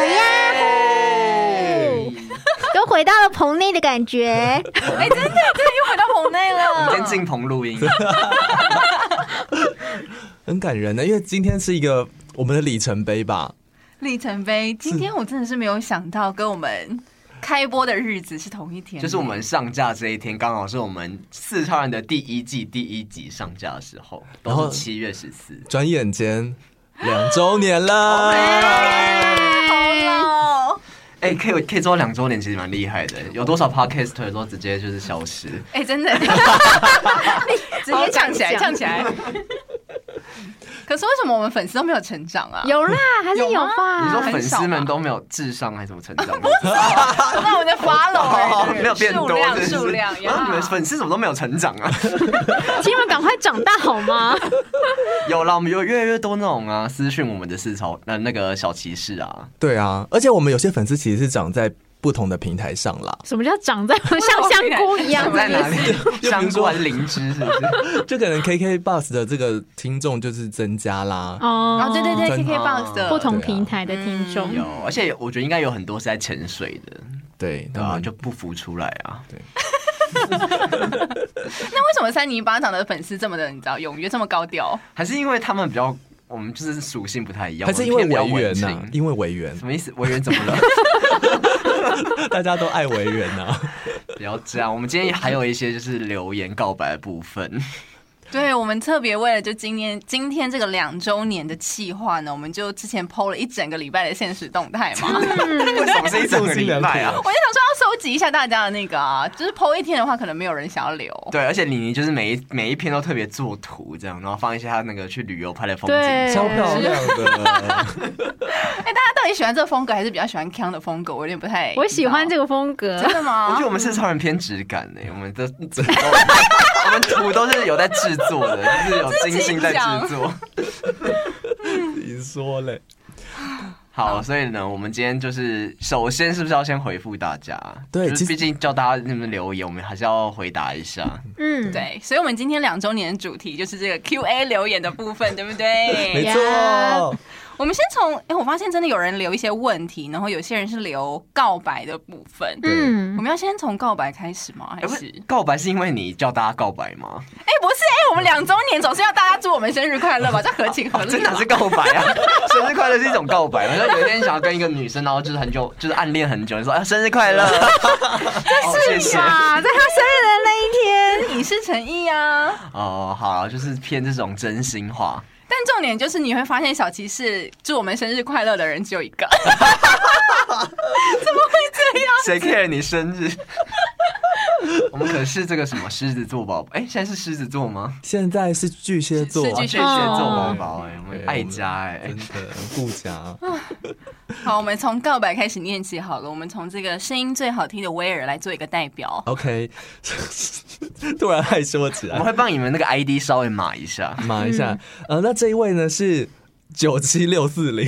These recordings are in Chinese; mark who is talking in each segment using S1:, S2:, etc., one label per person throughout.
S1: 耶！
S2: 又回到了棚内的感觉。
S3: 哎、真的，真的又回到棚内
S1: 我们今天
S3: 了。
S1: 进棚录音，
S4: 很感人的，因为今天是一个我们的里程碑吧。
S3: 里程碑，今天我真的是没有想到跟我们开播的日子是同一天，
S1: 就是我们上架这一天，刚好是我们四超人的第一季第一集上架的时候，
S4: 然后
S1: 都是七月十四。
S4: 转眼间两周年了，
S3: 好了。
S1: 哎、可以可以做到两周年，其实蛮厉害的。有多少 podcaster 都直接就是消失？
S3: 哎、真 的，直接呛起来，呛起来。可是为什么我们粉丝都没有成长啊？
S2: 有啦，还是
S3: 有
S2: 有
S3: 吗
S1: 你说
S2: 吧？
S1: 粉丝们都没有智商还是什么成长？
S3: 那我们的 follow 哎
S1: 没有变多，
S3: 欸数量
S1: 真的是
S3: 数 量呀
S1: 啊！你们粉丝怎么都没有成长啊？
S2: 亲们，赶快长大好吗？
S1: 有啦，我们有越来越多那种啊，私讯我们的四超那那个小骑士啊，
S4: 对啊，而且我们有些粉丝其实是长在不同的平台上啦，
S2: 什么叫长在像香菇一样？
S1: 在哪里？相
S4: 如说
S1: 关灵芝是不是？
S4: 就可能 KK Bus 的这个听众就是增加啦。
S1: Oh
S2: 哦嗯
S3: 哦，对对对
S4: 真的
S3: ，KK Box 的
S2: 不同平台的听众
S1: 有，而且我觉得应该有很多是在潜水的，
S4: 对，
S1: 对
S4: 那
S1: 啊，
S4: 们
S1: 就不浮出来啊。
S4: 对，
S3: 那为什么三零八掌的粉丝这么的，你知道踊跃这么高调？
S1: 还是因为他们比较，我们就是属性不太一样，
S4: 还是因为
S1: 我们
S4: 维
S1: 偏比较
S4: 园
S1: 文
S4: 呐
S1: 青，
S4: 因为 维园，
S1: 什么意思？委员怎么了？
S4: 大家都爱维园 啊呐。
S1: 不要这样，我们今天还有一些就是留言告白的部分。
S3: 对我们特别为了就今天今天这个两周年的企划呢，我们就之前 PO 了一整个礼拜的现实动态 嘛。
S1: 为什么是一整个礼拜啊？
S3: 我就想说要收集一下大家的那个啊，就是 PO 一天的话，可能没有人想要留。
S1: 对，而且李宁就是每一每一篇都特别做图这样，然后放一些他那个去旅游拍的风景
S2: 对
S1: 照。
S4: 超漂 亮的，
S3: 哎、大家到底喜欢这个风格，还是比较喜欢 Kang 的风格？我有点不太……
S2: 我喜欢这
S3: 个，
S2: 个风格
S3: 真。的
S1: 我
S3: 吗
S1: 觉得？我们是超人偏质感的、我们都 我们图都是有在制作的，就是有精心在制作。
S4: 你说嘞？
S1: 好，所以呢，我们今天就是首先是不是要先回复大家？就
S4: 对
S1: 是
S4: 其实
S1: 毕竟叫大家你们留言，我们还是要回答一下。
S2: 嗯，
S3: 对，所以我们今天两周年的主题就是这个 Q&A 留言的部分，对不
S4: 没
S3: 对？
S4: 错，
S3: 我们先从……哎、我发现真的有人留一些问题，然后有些人是留告白的部分。我
S2: 嗯，
S3: 们要先从告白开始吗？还
S1: 哎不
S3: 是
S1: 是？告白是因为你叫大家告白吗？
S3: 哎、不是，哎、我们两周年总是要大家祝我们生日快乐吧？这合情合
S1: 哦
S3: 理、
S1: 真的是告白啊！ 生日快乐是一种告白嘛。然后有一天想要跟一个女生，然后就是很久，就是暗恋很久，你说啊生日快 乐，哦谢谢
S2: 啊，在他生日的那一天，
S3: 你是诚意啊。
S1: 哦，好，就是偏这种真心话。
S3: 但重点就是你会发现，小骑士祝我们生日快乐的人只有一个。
S1: 谁 care 你生日？ 我们可是这个什么狮子座宝宝，哎、现在是狮子座吗？
S4: 现在是巨蟹座啊
S3: 是，
S1: 巨
S3: 巨
S1: 蟹
S3: 蟹
S1: 座宝宝，哎，我们爱家哎、
S4: 真的很顾家。
S3: 好，我们从告白开始念起好了。我们从这个声音最好听的威尔来做一个代表。
S4: OK，突然害羞起
S1: 我们
S4: 来，
S1: 会帮你们那个 ID 稍微码一下。
S4: 码一下。呃，那这一位呢是九七六四零，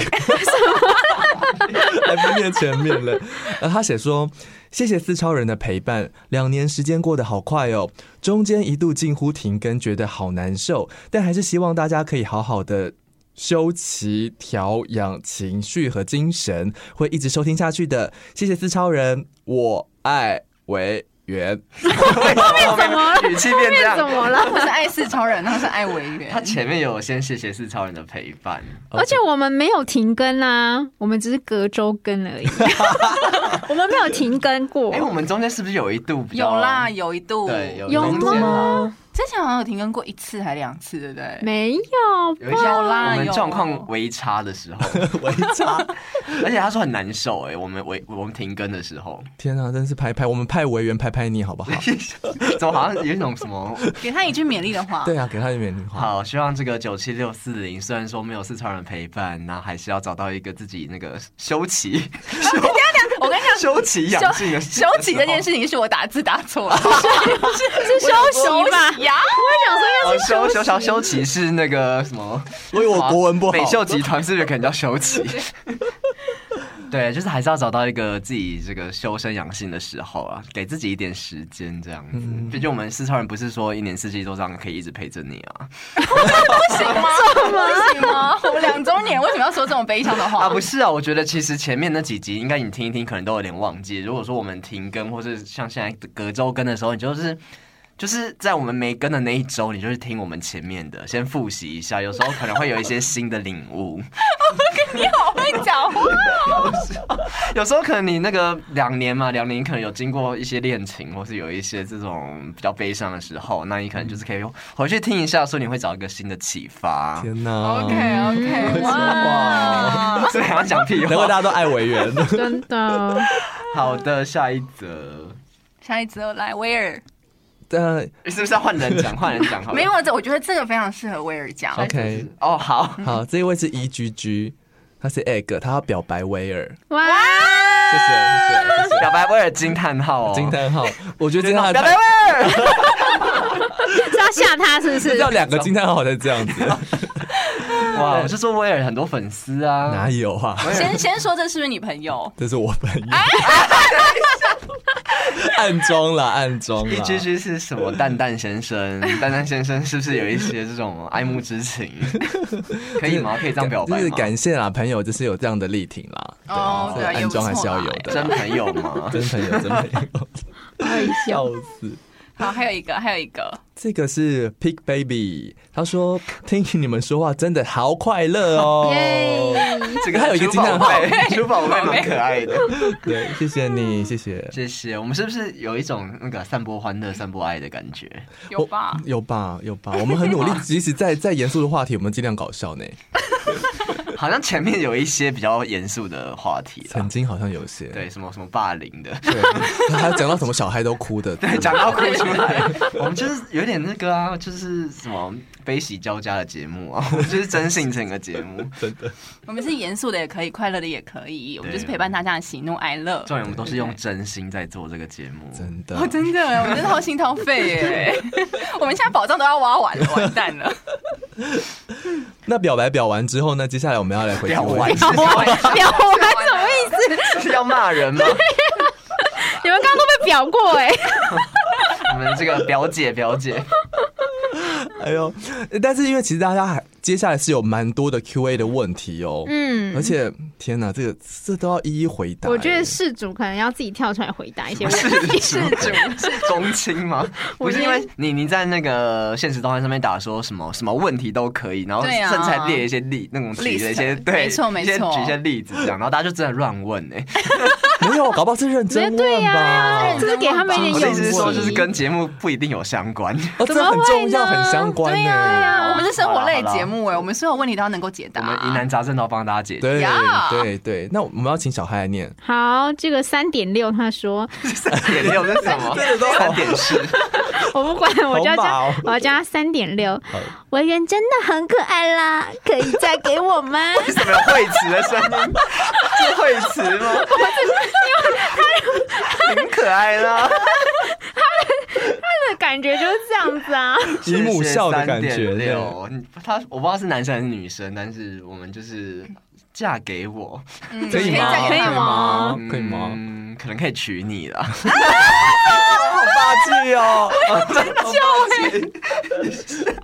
S4: 还不念前面了。呃，他写说。谢谢四超人的陪伴，两年时间过得好快哦，中间一度近乎停更，觉得好难受，但还是希望大家可以好好的修齐、调养情绪和精神，会一直收听下去的。谢谢四超人，我爱维园。
S1: 后啊面语气变这
S2: 怎
S1: 样？
S2: 么了？
S3: 我是爱四超人，他是爱维
S1: 他
S3: 园。
S1: 前面有先谢谢四超人的陪伴，
S2: 而且我们没有停更啊，我们只是隔周更而已，我们没有停更过
S1: 哎、。我们中间是不是有一度比较
S3: 有啦，有一度，
S1: 对，有
S2: 有
S1: 中间啦，
S3: 之前好像有停更过一次还两次，对不对？
S2: 没有
S1: 有一些
S3: 有啦
S1: 我们
S3: 有
S1: 状况微差的时候，
S4: 我一查，
S1: 而且他说很难受哎、我们微我们停更的时候，
S4: 天啊，真是拍拍我们派委员拍拍你好不好？
S1: 怎么好像有一种什么？
S3: 给他一句勉励的话。
S4: 对啊，给他一点零花。
S1: 好，希望这个九七六四零虽然说没有四川人陪伴，那还是要找到一个自己那个休息
S3: 我跟你讲，
S1: 修齐养性的
S3: 手起这件事情是我打字打错了，
S2: 是休息吧？
S3: 呀，
S1: 哦，修修小修齐是那个什么？
S4: 我 以为哎我国文不好
S1: 美秀集团是不是可能叫修齐？ 对，就是还是要找到一个自己这个修身养性的时候啊，给自己一点时间这样子。
S4: 嗯
S1: 毕竟我们四川人不是说一年四季都这样可以一直陪着你啊。
S3: 不行吗？不行吗？我们两周年为什么要说这种悲伤的
S1: 啊，
S3: 话
S1: 不？是啊，我觉得其实前面那几集应该你听一听，可能都有点忘记。如果说我们停更，或是像现在隔周更的时候，你就是就是在我们没更的那一周，你就是听我们前面的，先复习一下，有时候可能会有一些新的领悟。
S3: 你好会讲话，
S1: 有时候可能你那个两年嘛，两年可能有经过一些恋情，或是有一些这种比较悲伤的时候，那你可能就是可以哦回去听一下，说你会找一个新的启发。
S4: 天哪
S1: 啊
S3: OK，
S1: 哇，所以还要讲屁
S4: 难怪大
S1: 话。
S4: 家都爱 委员。
S1: 嗯
S2: 真的，
S1: 好的，下一则。
S3: 下一则来威尔，
S4: 但
S1: 是不是要换人讲？换人讲好了。
S3: 没有这，我觉得这个非常适合威尔讲。
S4: OK，
S1: 哦， 好，
S4: 好，这一位是 E G G，他是 egg，他要表白威尔，
S2: 哇，
S4: 谢
S3: 啊
S4: 谢谢谢谢
S1: 表白威尔惊叹号哦，
S4: 谢，惊叹号，我觉得今天他
S1: 表白威尔，
S2: 是要吓他是不是？
S4: 要两个惊叹号才这样子，
S1: 哦哇，我是说威尔很多粉丝啊
S4: 哪，有啊？
S3: 先先说这是不是你朋友？
S4: 这是我朋友，
S1: 哎
S4: 暗装啦，暗装
S1: 一
S4: 啦。
S1: 居居是什么？蛋蛋先 生，蛋蛋先生是不是有一些这种爱慕之情？可以吗？可以这样表白
S4: 就是
S1: 吗？
S4: 感谢啦，朋友，就是有这样的力挺啦。
S3: 哦
S4: 对，
S3: 对啊
S4: 所以暗装还是要有的
S1: 真
S4: 啦。
S1: 朋友 吗？
S4: 真朋友，真朋友，
S2: 哎
S4: 笑
S2: 呦，
S4: 死！
S3: 好，还有一个，还有一个，
S4: 这个是 Pig Baby，他说听你们说话真的好快乐哦。
S2: 耶！
S1: 这
S4: 还有一个 惊叹号，
S1: 猪宝贝蛮可爱的。
S4: 对，谢谢你，谢谢。
S1: 谢谢，我们是不是有一种那个散播欢乐、散播爱的感 觉？
S3: 有吧？
S4: 有吧，有吧，我们很努力，即使在在严肃的话题，我们尽量搞笑呢。
S1: 好像前面有一些比较严肃的话题了
S4: 曾，经好像有些，
S1: 啊对，什么什么霸凌的，
S4: 对，还有讲到什么小孩都哭 的，
S1: 对，讲到哭出 来，我们就是有点那个啊，就是什么悲喜交加的节目 啊，我们就是真性情的节目。
S3: 我们是严肃的也可以，快乐的也可以，我们
S1: 对
S3: 就是陪伴大家的喜怒哀乐。
S1: 重点我们都是用真心在做这个节目，
S4: 真的
S3: 哦，，真的耶，我们真的掏心掏肺耶！我们现在宝藏都要挖完了，完蛋了！
S4: 那表白表完之后呢？接下来我们要来回
S1: 不要
S4: 顾
S1: 玩，
S2: 表完表完什么意思？
S1: 是要骂人吗？
S2: 你们刚刚都被表过哎、
S1: 我们这个表姐表姐，
S4: 哎呦，但是因为其实大家还接下来是有蛮多的 Q&A 的问题哦，而
S2: 嗯，
S4: 且天哪，这个这都要一一回答耶。
S2: 我觉得事主可能要自己跳出来回答一些
S1: 不
S2: 问题。
S1: 是是是中青吗？不
S2: 我
S1: 是
S2: 先
S1: 因为你你在那个现实动态上面打说什么什么问题都可以，然后
S3: 对啊
S1: 甚至还列一些例那种举的一些
S3: List，
S1: 对，
S3: 没错没错
S1: 一些举一些例子这样，然后大家就真的乱问哎。
S4: 没有，搞不好是认真
S2: 对
S4: 问
S2: 呀、
S4: 吧。
S2: 这是给他们一点
S1: 我
S2: 勇
S1: 的
S2: 气。
S1: 意思是说，就是跟节目不一定有相 关。
S4: 哦，这很重要， 很相关
S3: 对
S4: 呢。
S3: 呀，我们是生活类节目哎，我们所有问题都要能够解
S1: 我
S3: 答。
S1: 们疑难杂症都要帮大家解决。
S4: 对
S3: 呀
S4: 对对，那我们要请小孩来念。
S2: 好，这个三点六，他说
S1: 三点六是什么？三点四。
S2: 我不管，我就要
S4: 好
S2: 加
S4: 忙哦，
S2: 我要加三点六。维园真的很可爱啦，可以嫁给我吗？
S1: 是什么有惠词的声音？是惠词吗？ 很可爱啦，
S2: 这 感觉就是这样子啊。
S4: 姨母笑的感觉
S1: 六，他我不知道是男生还是女生，但是我们就是嫁给我，
S3: 嗯
S4: 可以吗
S3: 可以
S2: 可以吗
S4: 啊可以吗
S1: 嗯，可能可以娶你了。
S4: 好霸气哦！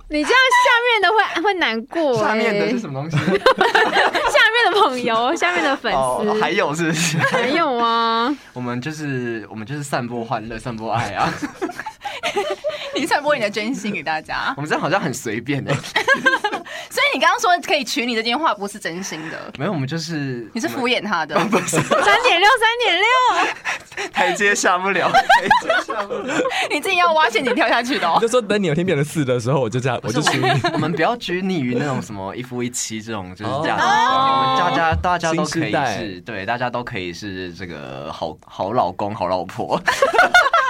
S2: 你这样下面的会会难过、欸，
S1: 下面的是什么东西？
S2: 下面的朋 友，下面的粉丝、
S1: 哦，还有是不是？
S2: 还有啊，
S1: 我们就是我们就是散播欢乐，散播爱啊。
S3: 你散播你的真心给大家。
S1: 我们这样好像很随便哎、
S3: 所以你刚刚说可以娶你这件话不是真心的，
S1: 没有，我们就是
S3: 你是敷
S1: 衍，
S3: 衍他 的。
S2: 三点六，三点六，
S1: 台阶下不了，台阶下不了。
S3: 你自己要挖陷阱跳下去的哦
S4: 你。就说等你有一天变成四的时候，我就这样，我就娶你。
S1: 我们不要拘泥于那种什么一夫一妻这种就是价值
S4: 哦
S1: 观，我们大家大家都可
S4: 新时
S1: 以
S4: 代
S1: 是，对，大家都可以是这个好好老公、好老婆。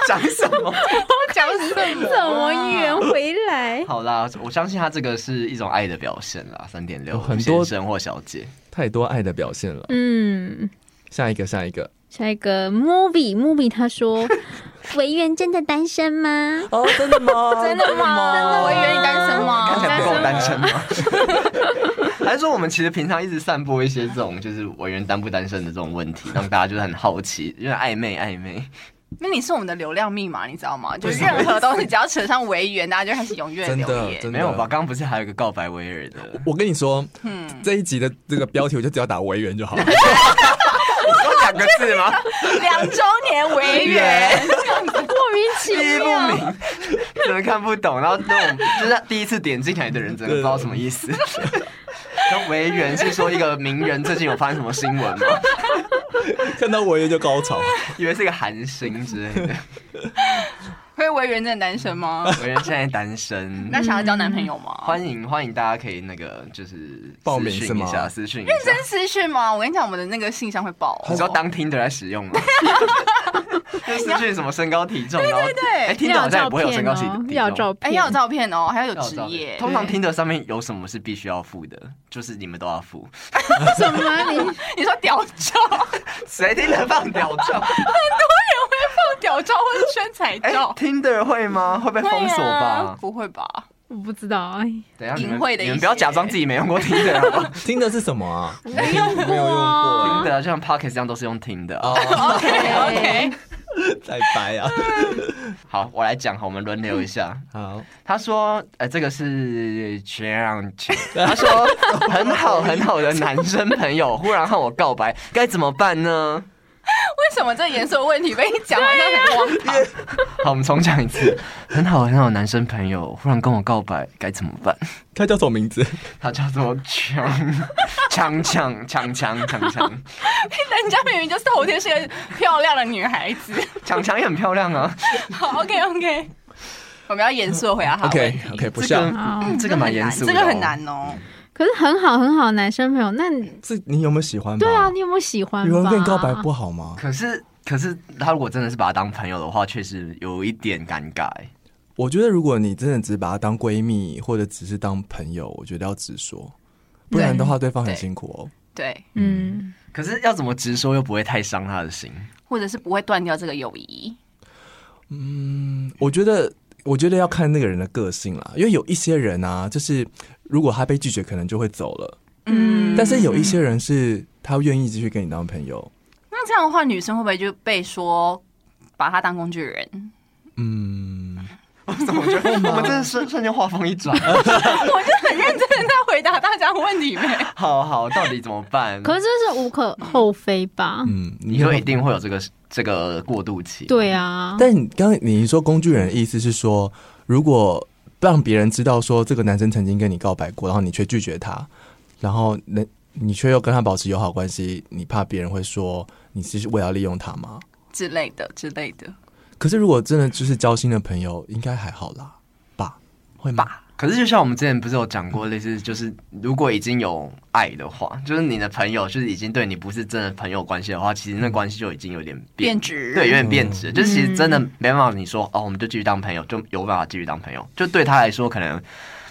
S1: 讲什么？
S3: 讲什么？
S2: 怎么圆回来？
S1: 好啦，我相信他这个是一种爱的表现啦，三点六，
S4: 有很多
S1: 先生或小姐。
S4: 太多爱的表现了。
S2: 嗯，
S4: 下一个，下一个，
S2: 下一个 movie movie，他说维园真的单身吗？
S4: 哦，真的吗？
S3: 真的吗？我以为你哦单身
S1: 看起
S3: 吗？
S1: 来不够单身吗？ 还是说我们其实平常一直散播一些这种就是委员单不单身的这种问题，让大家就是很好奇，因为暧昧暧昧。
S3: 那你是我们的流量密码，你知道吗？就是任何东西只要扯上维园，大家就开始踊跃
S4: 真的
S3: 留言
S4: 真。的
S1: 没有吧？刚刚不是还有一个告白威尔的？
S4: 我跟你说，
S3: 嗯，
S4: 这一集的这个标题我就只要打维园就好了。
S1: 你说两个字吗？
S3: 两周年维 园，
S2: 莫名其
S1: 第一不
S2: 妙，
S1: 明，真的看不懂。然后那种就是第一次点进来的人，真的不知道什么意思。那维园是说一个名人最近有发生什么新闻吗？
S4: 看到维园就高潮。
S1: 以为是一个韩星之类的。
S3: 所以维园真的单身吗？
S1: 维园现在单身，
S3: 那想要交男朋友吗？
S1: 欢迎欢迎大家可以那个就是
S4: 报名
S1: 私
S4: 是
S1: 讯
S4: 吗
S1: 一下，私讯一下。
S3: 真私讯吗？我跟你讲，我们的那个信箱会爆。哦
S1: 你说当听的来使用吗？就私讯什么身高体重，然后对
S3: 对
S1: 哎，听
S2: 要
S1: 好
S2: 有
S1: 像也
S2: 照
S1: 不会有身
S2: 片
S1: 高体
S2: 哦，
S1: 体
S2: 要有
S1: 重。
S2: 照
S3: 哎，
S2: 片，
S3: 要有照片哦，还要有
S1: 要有
S3: 职
S1: 照片
S3: 业。
S1: 通常
S3: 对
S1: 听的上面有什么是必须要付的，就是你们都要付。
S2: 什么啊？你
S3: 你说屌照、
S1: 谁听得放屌 照？
S3: 屌照或是身材
S1: 哎、
S3: 照，
S1: 听的会吗？哎会被封锁
S3: 对
S1: 吧
S3: 啊？不会吧？
S2: 我不知道哎，
S1: 等一下你
S3: 隐
S1: 们
S3: 晦的一
S1: 你
S3: 些
S1: 们不要假装自己没用过听的好 不好？
S4: 听的是什么啊？
S2: 没用过，
S4: 没有用过
S1: 听
S3: 嗯
S1: 的就像 Pocket 这样都是用听的啊。
S4: 哦，
S3: OK，
S4: 太白啊！
S1: 好，我来讲，好，我们轮流一 下。
S4: 好，
S1: 他说，呃，这个是这样子。他说，很好很好的男生朋友忽然和我告白，该怎么办呢？
S3: 为什么这严肃的问题被你讲完像很荒唐？
S1: 好，我们重讲一次。很好很好的男生朋友忽然跟我告白，该怎么办？
S4: 他叫什么名字？
S1: 他叫做强强强强强强强
S3: 哎人家明明就是头天是个漂亮的女孩子。
S1: 强强也很漂亮啊。
S3: 好，OK OK，我们要严肃的回答他。
S4: OK OK，不
S1: 这
S4: 像、
S1: 个
S2: 好
S1: 嗯这个蛮严肃的
S3: 这
S1: 哦，
S3: 个很难哦。
S2: 可是很好很好，男生朋友，那你
S4: 是你有没有喜欢吧？
S2: 对
S3: 嗯
S2: 啊，你有没有喜欢吧？
S4: 有人跟你告白不好吗？
S1: 可是，可是他如果真的是把他当朋友的话，确实有一点尴尬欸。
S4: 我觉得如果你真的只把她当闺蜜，或者只是当朋友，我觉得要直说，不然的话对方很辛苦哦。
S3: 对，
S2: 嗯，
S1: 可是要怎么直说又不会太伤他的心？
S3: 或者是不会断掉这个友谊。
S4: 我觉得，我觉得要看那个人的个性啦，因为有一些人啊，就是如果他被拒绝，可能就会走了；
S2: 嗯
S4: 但是有一些人是他愿意继续跟你当朋友。
S3: 那这样的话，女生会不会就被说把她当工具人？
S4: 嗯，
S1: 怎么觉得我们真的瞬瞬间话锋一转？
S3: 我就很认真的在回答大家的问题呗。
S1: 好好，到底怎么办？
S3: 嗯
S2: 可是这是无可厚非吧？
S4: 嗯，
S1: 你说一定会有这个这个过渡期，，
S2: 对啊，
S4: 但你刚刚你说工具人的意思是说，如果让别人知道说这个男生曾经跟你告白过，然后你却拒绝他，然后那你却又跟他保持友好关系，你怕别人会说你是为了利用他吗？
S3: 之类的之类的，
S4: 可是如果真的就是交心的朋友，应该还好啦，吧？会吗？
S1: 可是就像我们之前不是有讲过，类似就是如果已经有爱的话，就是你的朋友就是已经对你不是真的朋友关系的话，其实那关系就已经有点
S3: 变质。
S1: 对，有点变质，就是其实真的没办法，你说哦，我们就继续当朋友，就有办法继续当朋友，就对他来说可能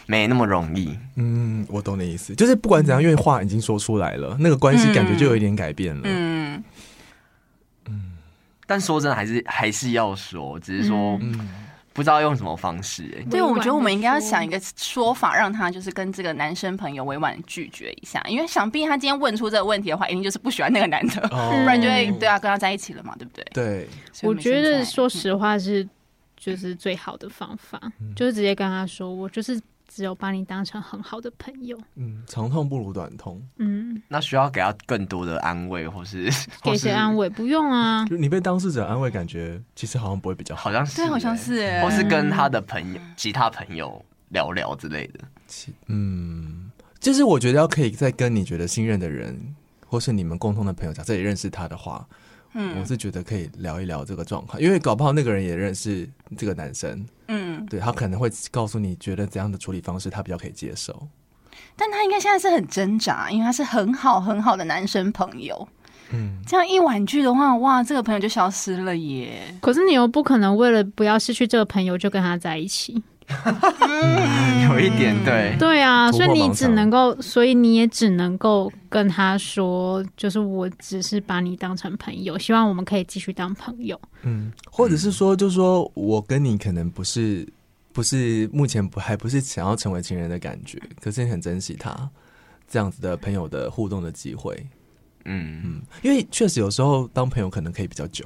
S1: 没那么容易。
S4: 嗯，我懂你的意思，就是不管怎样，因为话已经说出来了，那个关系感觉就有一点改变了。
S3: 嗯，
S1: 但说真的，还是还是要说，只是说、
S4: 嗯
S1: 不知道用什么方式、欸。
S3: 对，
S2: 委
S3: 我
S2: 婉
S3: 觉得我
S2: 地
S3: 们应该要
S2: 说
S3: 想一个说法，让他就是跟这个男生朋友委婉地拒绝一下，因为想必他今天问出这个问题的话，一定就是不喜欢那个男的，
S4: 哦
S2: 嗯
S3: 不然就会对啊跟他在一起了嘛，对不对？
S4: 对，
S3: 所以
S2: 我
S3: 们
S2: 觉
S3: 现
S2: 得
S3: 在
S2: 说实话是就是最好的方法，
S4: 嗯
S2: 就是直接跟他说，我就是只有把你当成很好的朋友，
S4: 嗯，长痛不如短痛，
S2: 嗯，
S1: 那需要给他更多的安慰，或是
S2: 给谁安
S1: 慰？
S2: 慰不用啊，
S4: 就你被当事者安慰，感觉其实好像不会比较好。
S1: 好像是、
S3: 对，好像
S1: 欸，
S3: 是欸，
S1: 或是跟他的朋友、其他朋友聊聊之类的。
S4: 嗯，就是我觉得要可以再跟你觉得信任的人，或是你们共同的朋友，假设也认识他的话，我
S3: 嗯
S4: 是觉得可以聊一聊这个状况，因为搞不好那个人也认识这个男生，
S3: 嗯，
S4: 对他可能会告诉你觉得怎样的处理方式他比较可以接受。
S3: 但他应该现在是很挣扎，因为他是很好很好的男生朋友，
S4: 嗯，
S3: 这样一婉拒的话，哇，这个朋友就消失了耶。
S2: 可是你又不可能为了不要失去这个朋友就跟他在一起，
S1: 有一点对，
S2: 对啊，
S4: 突
S2: 所
S4: 破
S2: 以你
S4: 盲
S2: 只
S4: 肠
S2: 能够，所以你也只能够跟他说，就是我只是把你当成朋友，希望我们可以继续当朋友。
S4: 嗯，或者是说，就说我跟你可能不是不是目前不还不是想要成为情人的感觉，可是你很珍惜他这样子的朋友的互动的机会，
S1: 嗯，
S4: 因为确实有时候当朋友可能可以比较久，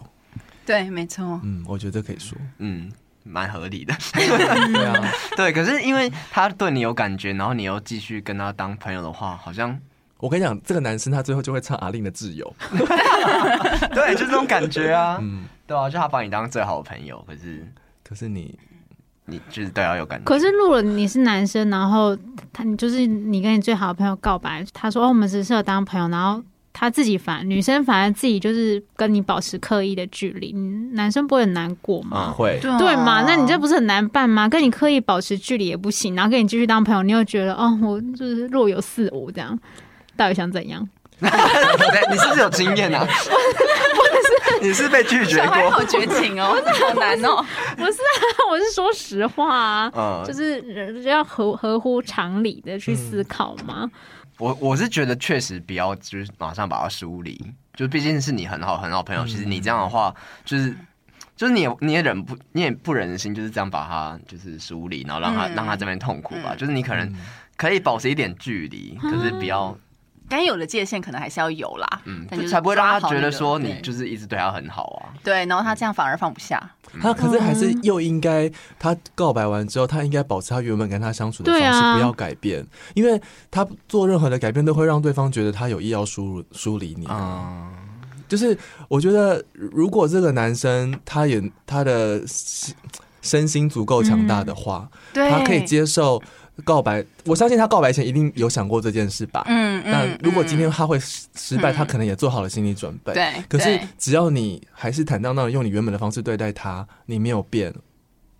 S3: 对，没错，
S4: 嗯，我觉得可以说，
S1: 嗯，蛮合理的。
S4: 对啊，
S1: 对，可是因为他对你有感觉，然后你又继续跟他当朋友的话，好像
S4: 我跟你讲，这个男生他最后就会唱阿令的挚友，
S1: 对，就这种感觉啊。
S4: 嗯，
S1: 对啊，就他把你当最好的朋友，可是
S4: 可是你
S1: 你就是对他有感觉。
S2: 可是如果你是男生，然后他你就是你跟你最好的朋友告白，他说哦我们只适合当朋友，然后他自己反女生反而自己就是跟你保持刻意的距离，你男生不会很难过吗？
S1: 嗯
S4: 会，
S3: 啊
S2: 对嘛？那你这不是很难办吗？跟你刻意保持距离也不行，然后跟你继续当朋友，你又觉得哦，我就是若有似无这样，到底想怎样？
S1: 你是不是有经验啊？ 你是被拒绝
S3: 小孩
S1: 过？
S3: 好绝情 哦，好难哦。
S2: 我是说实话啊，
S1: 嗯
S2: 就是人要合合乎常理的去思考嘛。
S1: 我我是觉得确实不要，就是马上把它疏离，就毕竟是你很好很好朋友，其实你这样的话，就是就是你也你也忍不你也不忍心就是这样把他就是疏离，然后让他、
S3: 嗯
S1: 让他这边痛苦吧，
S3: 嗯
S1: 就是你可能可以保持一点距离，可是不要
S3: 该有的界限可能还是要有啦，嗯
S1: 嗯，就才不会让他觉得说你就是一直对他很好啊。
S3: 对，然后他这样反而放不下，
S4: 他可是还是又应该，他告白完之后，他应该保持他原本跟他相处的方
S2: 对啊
S4: 式，不要改变，因为他做任何的改变都会让对方觉得他有意要疏入疏离你。
S3: 啊
S1: 嗯，
S4: 就是我觉得，如果这个男生他也他的身心足够强大的话，
S3: 对
S4: 他可以，接受告白。我相信他告白前一定有想过这件事吧。
S3: 嗯
S4: 但如果今天
S3: 嗯
S4: 他会失失败，
S3: 嗯
S4: 他可能也做好了心理准备。
S3: 对，
S4: 可是
S3: 对
S4: 只要你还是坦荡荡地用你原本的方式对待他，你没有变，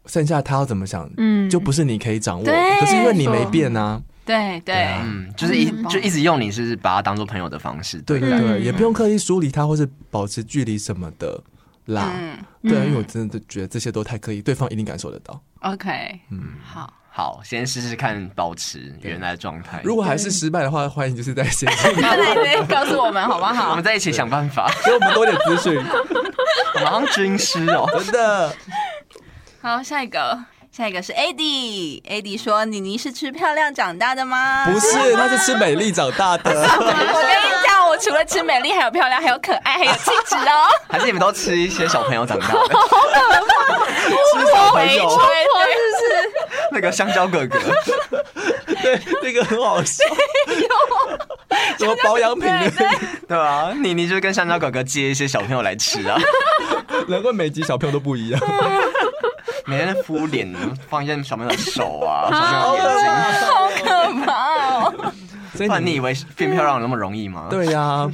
S4: 剩下他要怎么想，
S2: 嗯，
S4: 就不是你可以掌握。
S3: 对
S4: 可是因为你没变啊，
S3: 对
S4: 对
S3: 对
S4: 啊
S1: 嗯，就是一
S3: 嗯
S1: 就一直用你是把他当做朋友的方式，
S4: 对
S1: 不
S4: 对
S1: 对？
S4: 对，
S2: 嗯
S4: 也不用刻意疏离他或是保持距离什么的啦。
S3: 嗯
S4: 对啊，因为我
S2: 嗯
S4: 真的觉得这些都太刻意，对方一定感受得到。
S3: ，OK，
S4: 嗯，
S3: 好，
S1: 好，先试试看保持原来的状态。
S4: 如果还是失败的话，欢迎就是在线信
S3: 那来告诉我们好不
S1: 我
S3: 好
S1: 们？在一起想办法，
S4: 给我们多点资讯，
S1: 我们好像军师哦。
S4: 真的。
S3: 好，下一个，下一个是 AD，AD 说妮妮是吃漂亮长大的吗？
S4: 不是，他是吃美丽长大的。
S3: 我跟你讲，我除了吃美丽，还有漂亮，还有可爱，还有气质 哦。
S1: 还是你们都吃一些小朋友长大的？吃
S3: 我
S1: 小
S3: 没
S1: 朋
S3: 吹，
S1: 友，
S3: 对，
S1: 那个香蕉哥哥，
S4: 对，那个很好笑。什么保养品的？
S1: 对啊，妮妮就跟香蕉哥哥接一些小朋友来吃啊，
S4: 难怪每集小朋友都不一样。
S1: 每天敷脸，放一些小朋友的手啊，小朋友的眼睛。
S3: 好可怕哦。
S4: 所以
S1: 不然你以为变漂亮有那么容易吗？，
S4: 对呀、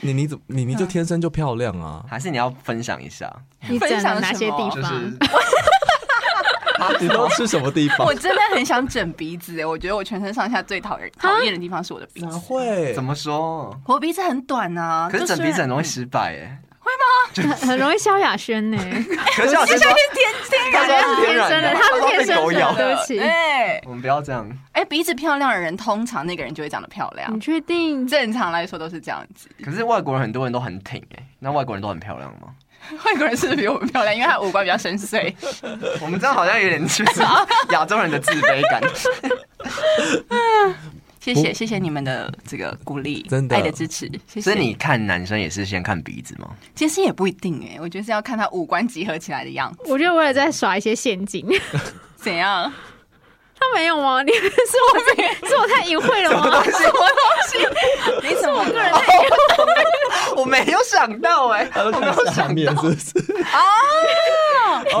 S4: 你你怎你你就天生就漂亮啊？
S1: 还是你要分享一下，
S2: 你
S3: 分
S2: 整
S3: 享
S2: 了哪
S3: 什
S2: 些
S3: 么
S2: 地
S1: 就
S2: 方
S1: 是？
S4: 你都吃什么地方
S3: 我？真的很想整鼻子，欸我觉得我全身上下最讨厌讨厌的地方是我的鼻
S4: 哪
S3: 子。
S4: 会？
S1: 怎么说？
S3: 我鼻子很短啊，
S1: 可是
S3: 就
S1: 整鼻子很
S3: 然
S1: 容易失败哎，
S2: 很 很容易萧亚轩呢、
S1: 可是我先说，
S3: 天天
S1: 他说
S3: 然的。
S1: 他是天然的，
S2: 他是天
S1: 被
S2: 生的
S1: 狗咬
S2: 他。对不起
S3: 哎
S1: 我们不要这样。
S3: 哎，鼻子漂亮的人，通常那个人就会长得漂
S2: 你
S1: 嗯
S3: 亮。
S2: 确定？
S3: 正常来说都是这样子。
S1: 可是外国人很多人都很挺哎，那外国人都很漂亮吗？
S3: 外国人是不是比我们漂亮？因为他五官比较深邃。
S1: 我们这样好像有点 就是亚洲人的自卑 感。
S3: 谢
S4: 不
S3: 谢谢谢你们的这个鼓励，
S4: 真的
S3: 爱的支持，谢谢。
S1: 所以你看男生也是先看鼻子吗？
S3: 其实也不一定哎、我觉得是要看他五官集合起来的样子
S2: 我觉得我也在耍一些陷阱。
S3: 怎样。
S2: 他没有吗？ 你是我自己是我太隐晦了吗？
S3: 什么东西？你怎么个人
S1: 我没有想到 哎、
S4: 他都看下面是不是？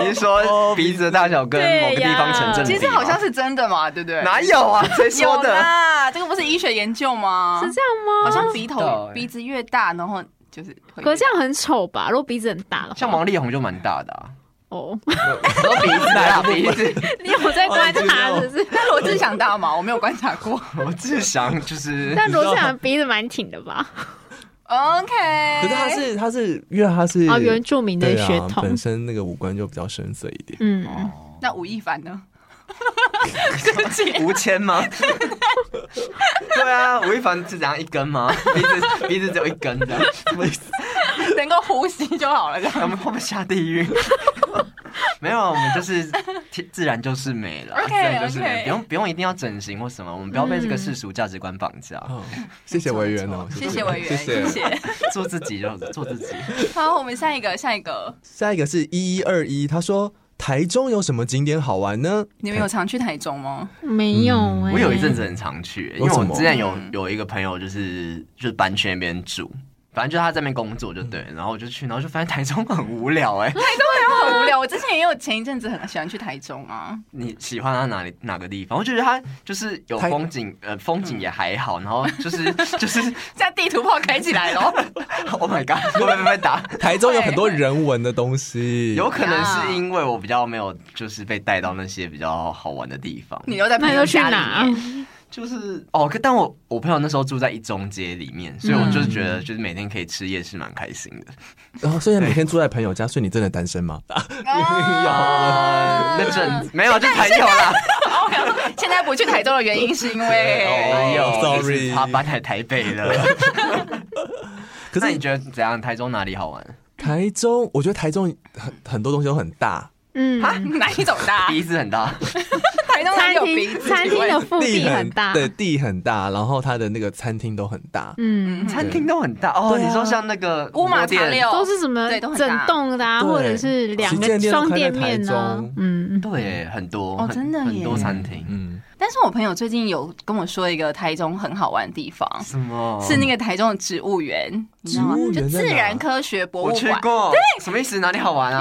S1: 你是说鼻子的大小跟某个地方成正比
S3: 其
S1: 吗
S3: 实好像是真的嘛，对不对？
S1: 哪 有啊？谁说
S3: 有
S1: 的？
S3: 啦，这个不是医学研究吗？
S2: 是这样吗？
S3: 啊好像鼻
S1: 不知
S3: 头
S1: 道欸
S3: 鼻子越大，然后就是会
S2: 可是这样很丑吧？如果鼻子很大的话，
S1: 像王力宏就蛮大的、啊，
S2: 哦，
S1: 我说鼻 子大鼻子，
S2: 你有在观察
S4: 哦
S2: 是不是？
S3: 那罗志祥大吗？我没有观察 过。
S1: 我只想就是
S2: 但罗志祥的鼻子蛮挺的吧？
S3: OK，
S4: 可
S3: 哎
S4: 是他是他是，因为他是
S2: 哦，原住民的
S4: 对
S2: 血
S4: 啊，
S2: 统
S4: 本，身那个五官就比较深邃一点。
S2: 嗯，
S3: 那吴亦凡呢？
S1: 吴谦吗？对啊，吴亦凡是怎样一根吗？鼻子鼻子只有一根的，什么意思？
S3: 能够呼吸就好了。这样
S1: 我们会不会下地狱？没有啊，我们就是天自然就是美了
S3: OK，
S1: 自然就是美，
S3: OK
S1: 不用不用一定要整形或什么，我们不要被这个世俗价值观绑 架，
S4: 哦，谢谢委员哦，
S3: 谢谢委员，
S4: 谢
S3: 谢
S4: 谢。
S3: 谢。
S1: 做自己就做自己。
S3: 好，我们下一个，下一个，
S4: 下一个是一一二一，他说台中有什么景点好玩呢？
S3: 你们有常去台中吗？
S2: 没有
S4: 嗯
S2: 哎、
S1: 我有一阵子很常去、因为
S4: 为什
S1: 我
S4: 么
S1: 之前有有一个朋友就是就是搬去那边住。反正就他在那边工作就对，
S4: 嗯
S1: 然后我就去，然后就发现台中很无聊哎、
S2: 啊
S3: 很无聊。我之前也有前一阵子很喜欢去台中啊，
S1: 你喜欢它哪里哪个地方？我就觉得它就是有
S4: 台
S1: 风景，呃，风景也还好，然后就是 就是
S3: 这样地图炮开起来 喽。
S1: ，Oh my god，会不会被打？
S4: 台中有很多人文的东西，
S1: 有可能是因为我比较没有，就是被带到那些比较好玩的地方。
S3: 你又在朋
S2: 那
S3: 友
S2: 要去
S3: 家里
S2: 哪
S3: 面？？
S1: 就是哦，可但我我朋友那时候住在一中街里面，所以我就是觉得就是每天可以吃夜市蛮开心的。
S4: 然后虽然每天住在朋友家，所以你真的单身吗？
S3: 啊
S1: 那阵没有就朋友啦，
S3: 我想说现在不去台中的原因是因
S4: 哦
S3: 为
S1: 没有
S4: ，sorry
S1: 就是他搬来台北了。
S4: 可
S1: 那
S4: 是
S1: 你觉得怎样？台中哪里好玩？
S4: 台中，我觉得台中很很多东西都很大，
S3: 啊
S2: 嗯，
S3: 哪一种大？
S1: 鼻子很大，
S3: 台中哪
S2: 餐
S3: 里有鼻
S2: 厅
S3: 子？
S2: 餐厅的腹地
S4: 很
S2: 很大，
S4: 对，地很大，然后它的那个餐厅都很大。
S2: 嗯，
S1: 餐厅都很大哦。
S4: 对啊
S1: 你说像那个
S3: 乌马茶
S1: 店，
S3: 六
S2: 都是什么
S3: 哦对都很大
S2: 整栋的啊，
S4: 对
S2: 或者是两
S4: 旗舰
S2: 个
S4: 店都
S2: 双
S4: 开在
S2: 店面呢、
S4: 台中
S2: 嗯，
S1: 对，很多
S3: 哦
S1: 很
S3: 真的耶
S1: 很多餐厅，
S4: 嗯，
S3: 但是我朋友最近有跟我说一个台中很好玩的地方，
S1: 什么
S3: 是那个台中的植物园，你知道吗
S4: 植物园在
S3: 就
S4: 哪
S3: 自然科学博物
S1: 我
S3: 馆。
S1: 去 过，对，什么意思？哪里好玩啊？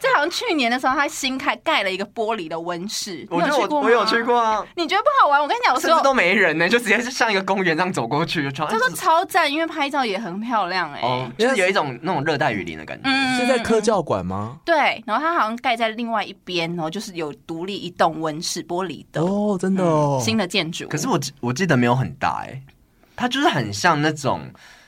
S3: 这好像去年的时候，他新开盖了一个玻璃的温室，
S1: 我
S3: 你
S1: 觉
S3: 有
S1: 得我
S3: 去过吗
S1: 我有去。过啊，
S3: 你觉得不好玩？我跟你讲，我
S1: 甚至
S3: 说
S1: 都没人呢，就直接就像一个公园这样走过去，就穿
S3: 他说超赞，因为拍照也很漂亮哎、
S1: 哦，就是有一种那种热带雨林的感觉。
S3: 嗯，
S4: 是在科教馆吗？
S3: 对，然后它好像盖在另外一边，然后就是有独立一栋温室玻璃的、
S4: 哦，真的哦，
S3: 嗯新的建筑。
S1: 可是我记我记得没有很大哎、它就是很像那种。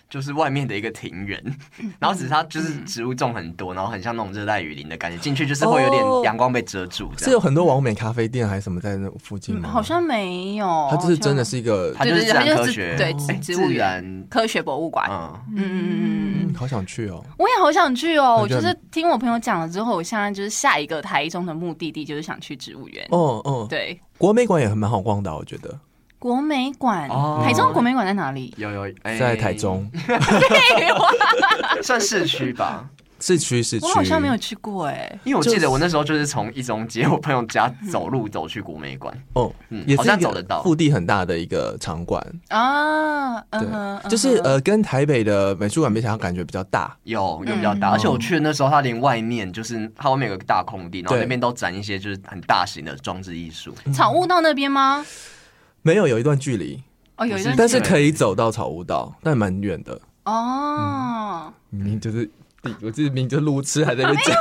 S1: 就是外面的一个庭园，
S3: 嗯
S1: 然后只是它就是植物种很多，然后很像那种热带雨林的感觉，进去就是会有
S4: 哦
S1: 点阳光被遮住这
S4: 是有
S1: 样。
S4: 很多完美咖啡店还是什么在那附近
S3: 嗯
S4: 吗？
S3: 好像没有，
S4: 它就是真的是一个，
S1: 它就是
S3: 对对
S1: 自
S3: 对它
S1: 然
S3: 就是
S1: 科学，
S3: 对
S1: 哎
S3: 植物
S1: 自
S3: 园
S1: 然，
S3: 科学博物馆。
S4: 啊
S1: 嗯，
S3: 嗯嗯嗯嗯嗯
S4: 嗯，。好想去哦。
S3: 我也好想去哦！我
S4: 感觉
S3: 就是听我朋友讲了之后，我现在就是下一个台中的目的地就是想去植物园。
S4: 哦哦，
S3: 对，
S4: 国美馆也很蛮好逛的，我觉得
S3: 国美馆，
S1: 哦
S3: 台中的国美馆在哪 里？
S1: 有有
S4: 在台，中
S3: 对哇
S1: 哎 算市区吧，
S4: 市区市区
S3: 我。好像没有去过哎、
S1: 因为我
S4: 就
S1: 记得我那时候就是从一中街我朋友家走路走去国美馆，
S4: 哦，
S1: 嗯
S4: 也
S1: 好
S4: 是
S1: 像
S4: 一个
S1: 走得到
S4: 腹地很大的一个场馆，
S3: 啊，嗯哼
S4: 对，就是
S3: 嗯哼
S4: 呃，跟台北的美术馆比起来，它感觉比较大。
S1: 有有比较大，而且我去的那时候，它连外面就是它外面有个大空地，然后那边都展一些就是很大型的装置艺 术。
S3: 草悟道那边吗？
S4: 没有有一段距离，
S3: 哦，有一段
S4: 但是
S3: 距离
S4: 可以走到草悟道，但蛮远的。
S3: 哦，
S4: 明明就是地，我记得明明就路痴，还在那边讲。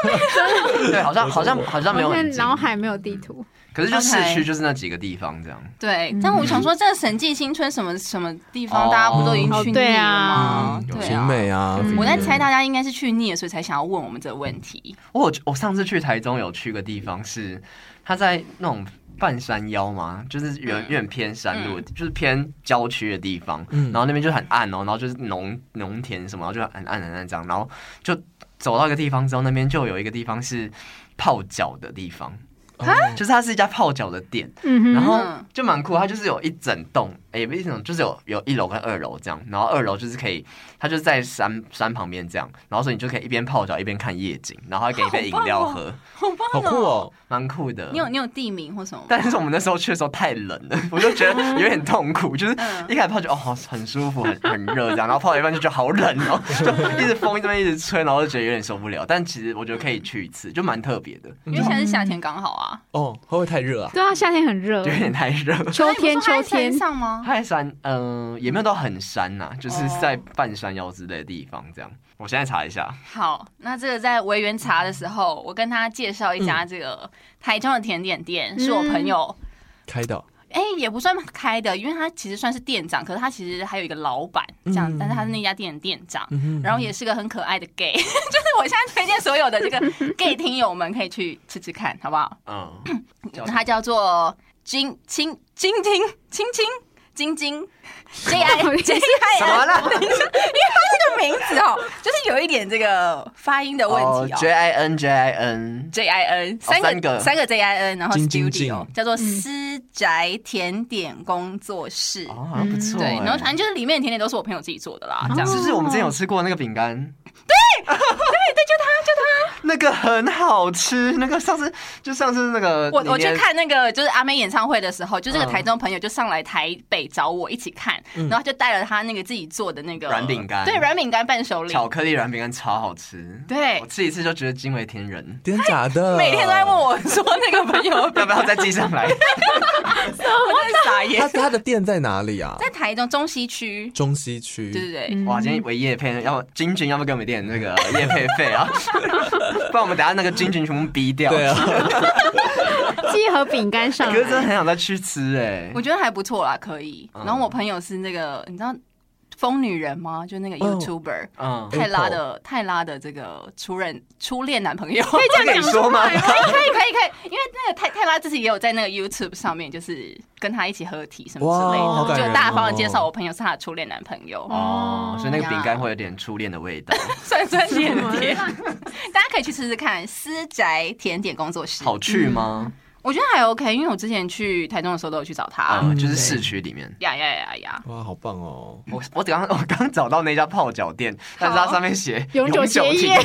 S1: 对，好像好像好像没有
S3: 嗯
S2: 我
S1: 很
S2: 现
S1: 近
S2: 在脑海没有地图，
S1: 可是就市
S3: OK
S1: 区就是那几个地方这样。
S3: 对。但我想说，这审计新村什么什么地
S4: 哦
S3: 方，大家不都已经去腻了吗
S2: 哦？
S1: 对啊
S3: 对
S4: 景
S3: 啊。
S4: 美嗯啊，
S2: 嗯
S4: 什么
S3: 我
S4: 的
S3: 在猜大家应该是去腻了，所以才想要问我们这个问题。
S1: 我有我上次去台中有去个地方是，它在那种半山腰嘛，就是有有点偏山路，就是偏郊区的地方，
S4: 嗯
S1: 然后那边就很暗哦，然后就是农农田什么，然后就很暗很暗这样，然后就走到一个地方之后，那边就有一个地方是泡脚的地方，就是它是一家泡脚的店。
S2: 嗯哼，
S1: 然后
S3: 嗯
S1: 就蛮酷，它就是有一整栋，哎、也不是一整栋，就是有有一楼跟二楼这样，然后二楼就是可以，它就是在山山旁边这样，然后所以你就可以一边泡脚一边看夜景，然后还给一杯饮料喝，
S3: 好棒
S4: 好酷！哦。
S1: 蛮酷的。
S3: 你有你有地名或什么吗？
S1: 但是我们那时候去的时候太冷了，我就觉得有点痛苦，就是
S3: 嗯
S1: 一开始泡就哦好很舒服，很很热这样，然后泡到一半就觉得好冷哦，就一直风这边一直吹，然后就觉得有点受不了。但其实我觉得可以去一次，就蛮特别的，
S3: 因为现在是夏天刚好啊。
S4: 哦，会不会太热啊？
S2: 对啊，夏天很热
S1: 就，有点太 热。
S2: 秋
S3: 那
S2: 天
S3: 你不是
S2: 秋
S3: 说它在山
S2: 天，
S3: 上吗？
S1: 泰山，嗯、也没有到很山呐、就是
S3: 哦
S1: 在半山腰之类的地方这样。我现在查一下，
S3: 好，那这个在维园茶的时
S4: 嗯
S2: 嗯
S3: 候，我跟他介绍一家这个台中的甜点店，是我朋友
S4: 开到
S3: 哎、也不算开的，因为他其实算是店长，可是他其实还有一个老板这样，
S4: 嗯
S3: 但是他是那家店的店长，
S4: 哼
S3: 然后也是个很可爱的 gay，就是 我现在推荐所有的这个 gay 听友们可以去吃吃看，好不好？
S1: 嗯，叫
S3: 它叫做金青金青青青 晶晶 J
S2: 么
S3: I
S2: 意思
S3: J I
S1: 什么
S3: N
S1: 啦？
S3: 这个名 字哦，就是有一点这个发音的问题哦。
S1: J I N J I N，
S3: J I N
S1: 哦
S3: 三个、
S1: 三个
S3: 三个 J I N，然后
S4: 晶晶
S3: Studio 叫做私宅甜点工作室，
S1: 哦，嗯好像不错、欸。
S3: 嗯对，然后反正就是哦里面的甜点都是我朋友自己做的啦，这样
S1: 是
S3: 子
S1: 不是我们之前有吃过那个饼干？对，对对，就它，就它，那个很好吃。那个上次就上次那个
S3: 我
S1: 里
S3: 我去
S1: 面
S3: 看那个就是阿妹演唱会的时候，就这个
S1: 嗯
S3: 台中朋友就上来台北找我一起看，然后他就带了他那个自己做的那个
S1: 软饼干
S3: 对软饼干伴手礼，
S1: 巧克力软饼干超好吃，
S3: 对
S1: 我，吃一次就觉得惊为天人，
S4: 真假 的？
S3: 每天都在问我说那个朋友
S1: 要不要再寄上来？
S3: 我真的傻
S4: 他
S3: 眼，
S4: 他的店在哪里啊？
S3: 在台中中西区，
S4: 中西区。
S3: 对对对。
S2: 嗯
S1: 哇，今天为叶配，要不君君要不要给我们点那 个叶配费啊？不然我们等下那个君君全部逼掉。
S4: 对，啊，
S2: 寄盒饼干 上
S1: 可
S2: 来
S1: 是真的很想再去吃哎、
S3: 我觉得还不错啦，可以。
S1: 嗯
S3: 然后我朋友是那个，你知道疯女人吗？就那个 YouTuber、
S1: 嗯，
S3: 泰拉的泰拉的这个初 任初恋男朋友，可以
S1: 这可以说吗？
S3: 可以可以可以，因为那个泰泰拉自己也有在那个 YouTube 上面，就是跟他一起合体什么之类的，
S4: 哇好感人哦
S3: 就大方的介绍我朋友是他的初恋男朋友，
S1: 哦，所以那个
S3: 呀
S1: 饼干会有点初恋的味道，
S3: 酸酸 甜甜， 大家可以去试试看私宅甜点工作室，
S1: 好去吗？
S3: 我觉得还 OK，因为我之前去台中的时候都有去找他，
S1: 啊，就是市区里面。
S3: 呀呀呀呀，
S4: 哇，好棒哦！
S1: 我我刚我刚找到那家泡脚店，但是它上面写
S2: 永久
S1: 停
S2: 结 业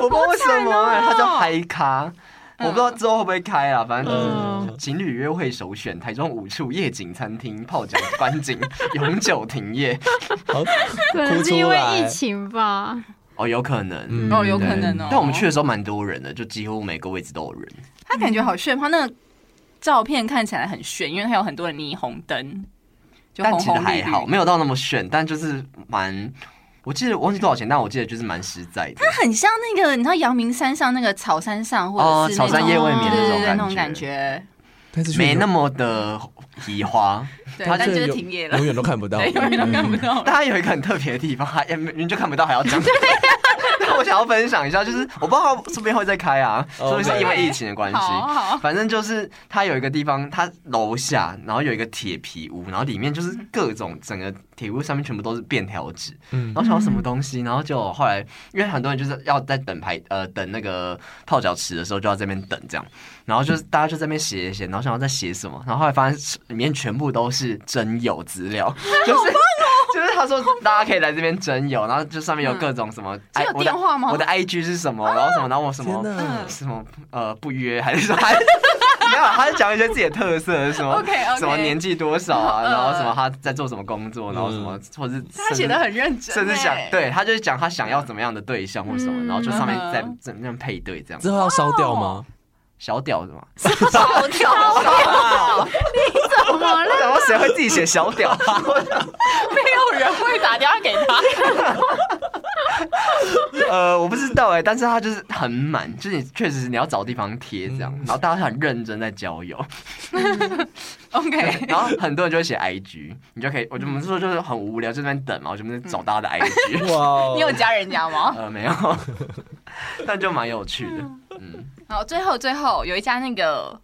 S1: 我不知道为什么、欸，它叫
S3: 好惨哦嗯
S1: 嗨咖。我不知道之后会不会开啊，反正就是
S2: 嗯
S1: 情侣约会首选，台中五处夜景餐厅泡脚观景永久停业
S4: 好，
S2: 可能是啊
S4: 哭
S2: 因
S4: 出
S2: 为
S4: 来
S2: 疫情吧。
S1: 哦，有可能，
S4: 嗯
S3: 哦，有可能哦。
S1: 但我们去的时候蛮多人的，就几乎每个位置都有人。
S3: 他感觉好炫，他那个照片看起来很炫，因为它有很多的霓虹灯，就
S1: 但
S3: 红
S1: 其实
S3: 红
S1: 还
S3: 绿绿。
S1: 好，没有到那么炫，但就是蛮，我记得我忘记多少钱，但我记得就是蛮实在的。
S3: 它很像那个你知道阳明山上那个草山上，或
S1: 哦
S3: 者是那
S1: 草
S3: 种、
S1: 山夜未眠
S3: 对对对
S1: 那种感觉
S3: 那种感觉，
S4: 但是却
S1: 没那
S4: 永
S1: 么的移 花，
S3: 对，
S4: 它
S3: 但就
S4: 这
S3: 是
S4: 有
S3: 停业了
S4: 永。远都看不到，
S3: 对，永远都看不
S4: 嗯
S3: 到 了。
S1: 但它有一个很特别的地方，它也没你就看不到，还要讲。 但我想要分享一下，就是我不知道它这边会再开啊，说
S4: 哦
S1: 不定是因为疫情的关系。
S3: 好好，
S1: 反正就是它有一个地方，它楼下然后有一个铁皮屋，然后里面就是各种整个铁屋上面全部都是便条纸，
S4: 嗯
S1: 然后想要什么东西，然后就后来因为很多人就是要在等排呃等那个泡脚池的时候就要在那边等这样，然后就是大家就在那边写一写，然后想要在写什么，然后后来发现里面全部都是真有资料， 就是。
S3: 哦
S1: 就是他说大家可以来这边真有，然后就上面有各种什么，哎
S3: 这有
S1: 我的
S3: 电话吗
S1: 我的 IG 是什么，然后什么，然后我什么
S4: 天，
S3: 嗯
S4: 哪！
S1: 什么呃不约还是说还 没有，他是讲一些自己的特色，什么
S3: OK，OK
S1: 什么年纪多少啊，
S3: 嗯
S1: 然后什么他在做什么工作，然后什么
S4: 嗯
S1: 或是
S3: 他写的很认真欸，
S1: 甚至想对，他就是讲他想要怎么样的对象或什么，
S2: 嗯
S1: 然后就上面
S3: 嗯
S1: 再怎么样配对这样。
S4: 之后要烧掉吗？
S1: 小屌 是吗？
S3: 好 跳，
S2: 怎么了？
S1: 然后谁会自己写小屌？
S3: 没有人会打电话给他。
S1: 呃，我不知道哎，但是他就是很满，就是你确实你要找地方贴这样，
S4: 嗯
S1: 然后大家很认真在交友。
S3: OK，
S1: 然后很多人就会写 IG，你就可以，我就我们说就是很无聊，就在那边等嘛，我就在那边找大家的 IG，、
S4: 哇哦
S3: 你有加人家吗？
S1: 呃，没有，但就蛮有趣的，嗯，
S3: 好，最后最后有一家那个，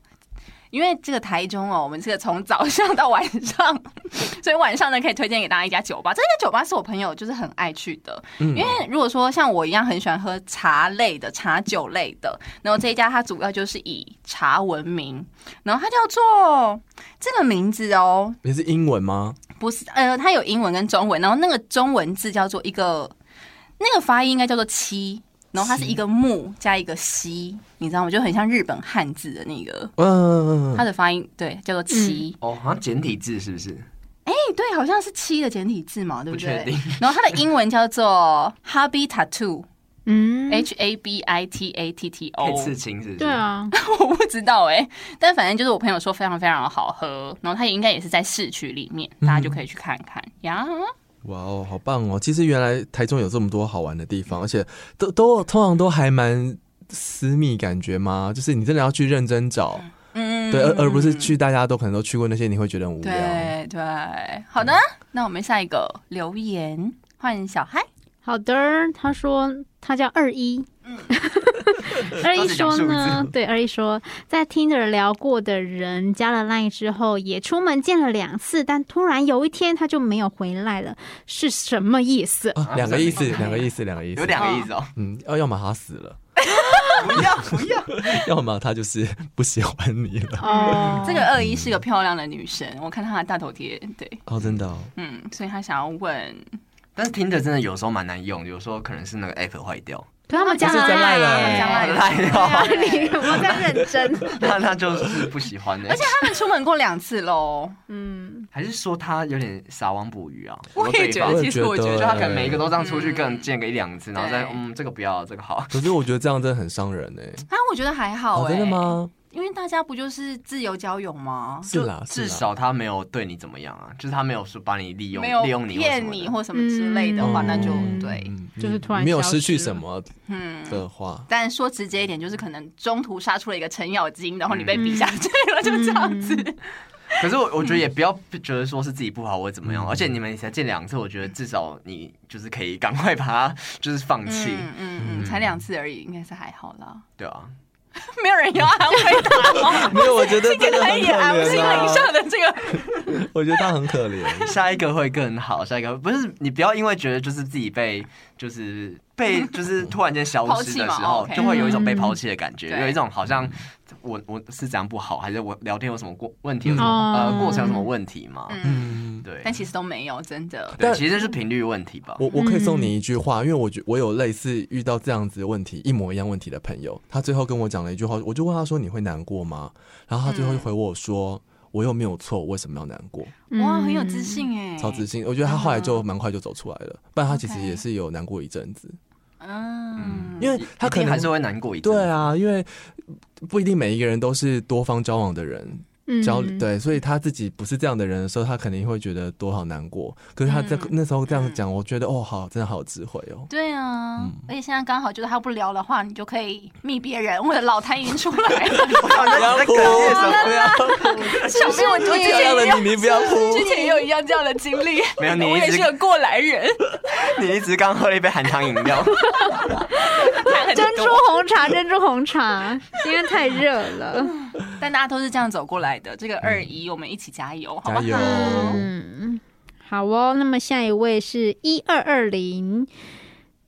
S3: 因为这个台中哦，我们这个从早上到晚上， 所以晚上呢可以推荐给大家一家酒吧。这家酒吧是我朋友就是很爱去的，
S4: 嗯
S3: 因为如果说像我一样很喜欢喝茶类的、茶酒类的，然后这一家它主要就是以茶闻名，然后它叫做这个名字哦，
S4: 你是英文吗？
S3: 不是，呃，它有英文跟中文，然后那个中文字叫做一个，那个发音应该叫做七，然后它是一个木加一个西，你知道吗？就很像日本汉字的那个，
S4: 嗯，
S3: 它的发音对叫做七。
S1: 哦，好像简体字是不是？
S3: 哎、对，好像是七的简体字嘛，对
S1: 不确
S3: 对
S1: 定？
S3: 然后它的英文叫做 Habi Tattoo，H
S2: 嗯，
S3: A B I T A T T
S1: 可
S3: O
S1: 以。刺青是不是？
S2: 对，啊，
S3: 我不知道哎、但反正就是我朋友说非常非常好喝，然后它也应该也是在市区里面，大家就可以去看看呀。
S4: 哇哦，好棒哦！其实原来台中有这么多好玩的地方，而且都都通常都还蛮私密感觉吗？就是你真的要去认真找，
S3: 嗯，
S4: 对，而而不是去大家都可能都去过那些，你会觉得很无聊。
S3: 对对，好的，那我们下一个留言换小嗨，
S2: 好的，他说他叫二一。
S3: 嗯
S2: 二一说呢，对二一说，在听着聊过的人加了 line 之后，也出门见了两次，但突然有一天他就没有回来了，是什么意思？
S4: 啊，两个意思，
S2: 啊
S4: 两个意思，两个意思，
S1: 有两个意思 哦，
S4: 嗯，要要么他死了，
S1: 不要不要，
S4: 要么他就是不喜欢你了。
S2: 哦
S3: 这个二一是个漂亮的女生，我看她的大头贴，对，
S4: 哦，真的、哦，
S3: 嗯，所以她想要问，
S1: 但是听着真的有时候蛮难用，有时候可能是那个 app 坏掉，
S2: 可他们加了
S4: 不是加
S2: line，
S4: line 了
S2: 欸
S3: 加 line
S1: 赖
S2: 啊
S1: 哦，
S2: 你有没有在认 真？
S1: 那他就是不喜欢的，
S3: 而且他们出门过两次喽，
S2: 嗯，
S1: 还是说他有点撒网捕鱼啊？
S3: 我也觉
S4: 我
S3: 得，
S4: 也
S3: 其实我觉
S4: 觉
S1: 就
S4: 得
S3: 得，
S4: 哎
S1: 他可能每一个都这样出去，
S3: 嗯
S1: 更见个一两次，然后再
S3: 对
S1: 嗯，这个不要，这个好。
S4: 可是我觉得这样真的很伤人哎、
S3: 啊，我觉得还好
S4: 哦，
S3: 哎，
S4: 真的？吗？
S3: 因为大家不就是自由交友吗？
S4: 是
S1: 就
S4: 啦，是
S1: 至
S4: 啦
S1: 少他没有对你怎么样啊，就是他没有说把你利用、
S3: 没有
S1: 利用你或什
S3: 骗
S1: 么
S3: 你
S1: 的
S3: 或什么之类的话，
S2: 嗯
S3: 那就
S2: 嗯
S3: 对，
S4: 嗯
S2: 就是突然
S4: 没有
S2: 消
S4: 失去
S2: 失
S4: 什
S2: 了
S4: 么
S3: 嗯。
S4: 的话，
S3: 但说直接一点，就是可能中途杀出了一个程咬金，然后你被比下去了，就这样子。
S1: 可是我我觉得也不要觉得说是自己不好或怎么样，而且你们才见两次，我觉得至少你就是可以赶快把它就是放弃，
S3: 嗯嗯嗯，才两次而已，应该是还好啦。
S1: 对啊。
S3: 没有人要安慰他 吗？
S4: 没有，我觉得这个
S3: 他
S4: 很
S3: 也
S4: 可
S3: 安不心
S4: 怜
S3: 了以
S4: 啊，
S3: 上的这个，
S4: 我觉得他很可怜。
S1: 下一个会更好，下一个不是你不要因为觉得就是自己被就是被就是突然间消
S3: 抛
S1: 失
S3: 弃
S1: 的
S3: 嘛
S1: 时候，
S3: ，OK
S1: 就会有一种被抛弃的感觉，
S3: 嗯
S1: 有一种好像我我是怎样不好，还是我聊天有什么过问题，有什
S2: 嗯
S1: 么
S2: 哦
S1: 呃过程有什么问题吗？
S3: 嗯，
S4: 嗯，
S1: 对，
S3: 但其实都没有，真的。
S1: 对，
S4: 但
S1: 其实是频率问题吧。
S4: 我我可以送你一句话，因为我觉我有类似遇到这样子的问题，一模一样问题的朋友，他最后跟我讲了一句话，我就问他说你会难过吗？然后他最后就回我说。我又没有错，我为什么要难过？
S3: 哇，很有自信哎，
S4: 嗯超自。信，我觉得他后来就蛮快就走出来了，不然他其实也是有难过一阵子，
S3: 嗯，
S4: 因为他可
S1: 一定
S4: 能
S1: 还是会难过一阵子
S4: 对，啊，因为不一定每一个人都是多方交往的人，
S2: 嗯
S4: 交对，所以他自己不是这样的人的时候，他肯定会觉得多好难过。可是他这、
S3: 嗯
S4: 那时候这样讲，我觉得哦，好，真的好有智慧哦。
S3: 对啊
S4: 嗯，
S3: 而且现在刚好就是他不聊的话，你就可以密别人或者老谭已经出 来了。
S1: 不要哭，不要
S3: 小妹，我我之
S4: 漂
S3: 前
S4: 亮
S3: 也有
S4: 的你，你不要哭
S3: 之前也有一样这样的经历，
S1: 没有你
S3: 我
S1: 一
S3: 也
S1: 直
S3: 是个过来 人，
S1: 你一直刚喝了一杯含糖饮料，
S3: 谈很
S2: 珍珠
S3: 多，
S2: 红茶，珍珠红茶，今天太热了。
S3: 但大家都是这样走过来的。这个二一，我们一起加油，好
S4: 加
S3: 吧？
S4: 油！
S2: 嗯，好哦。那么下一位是一二二零。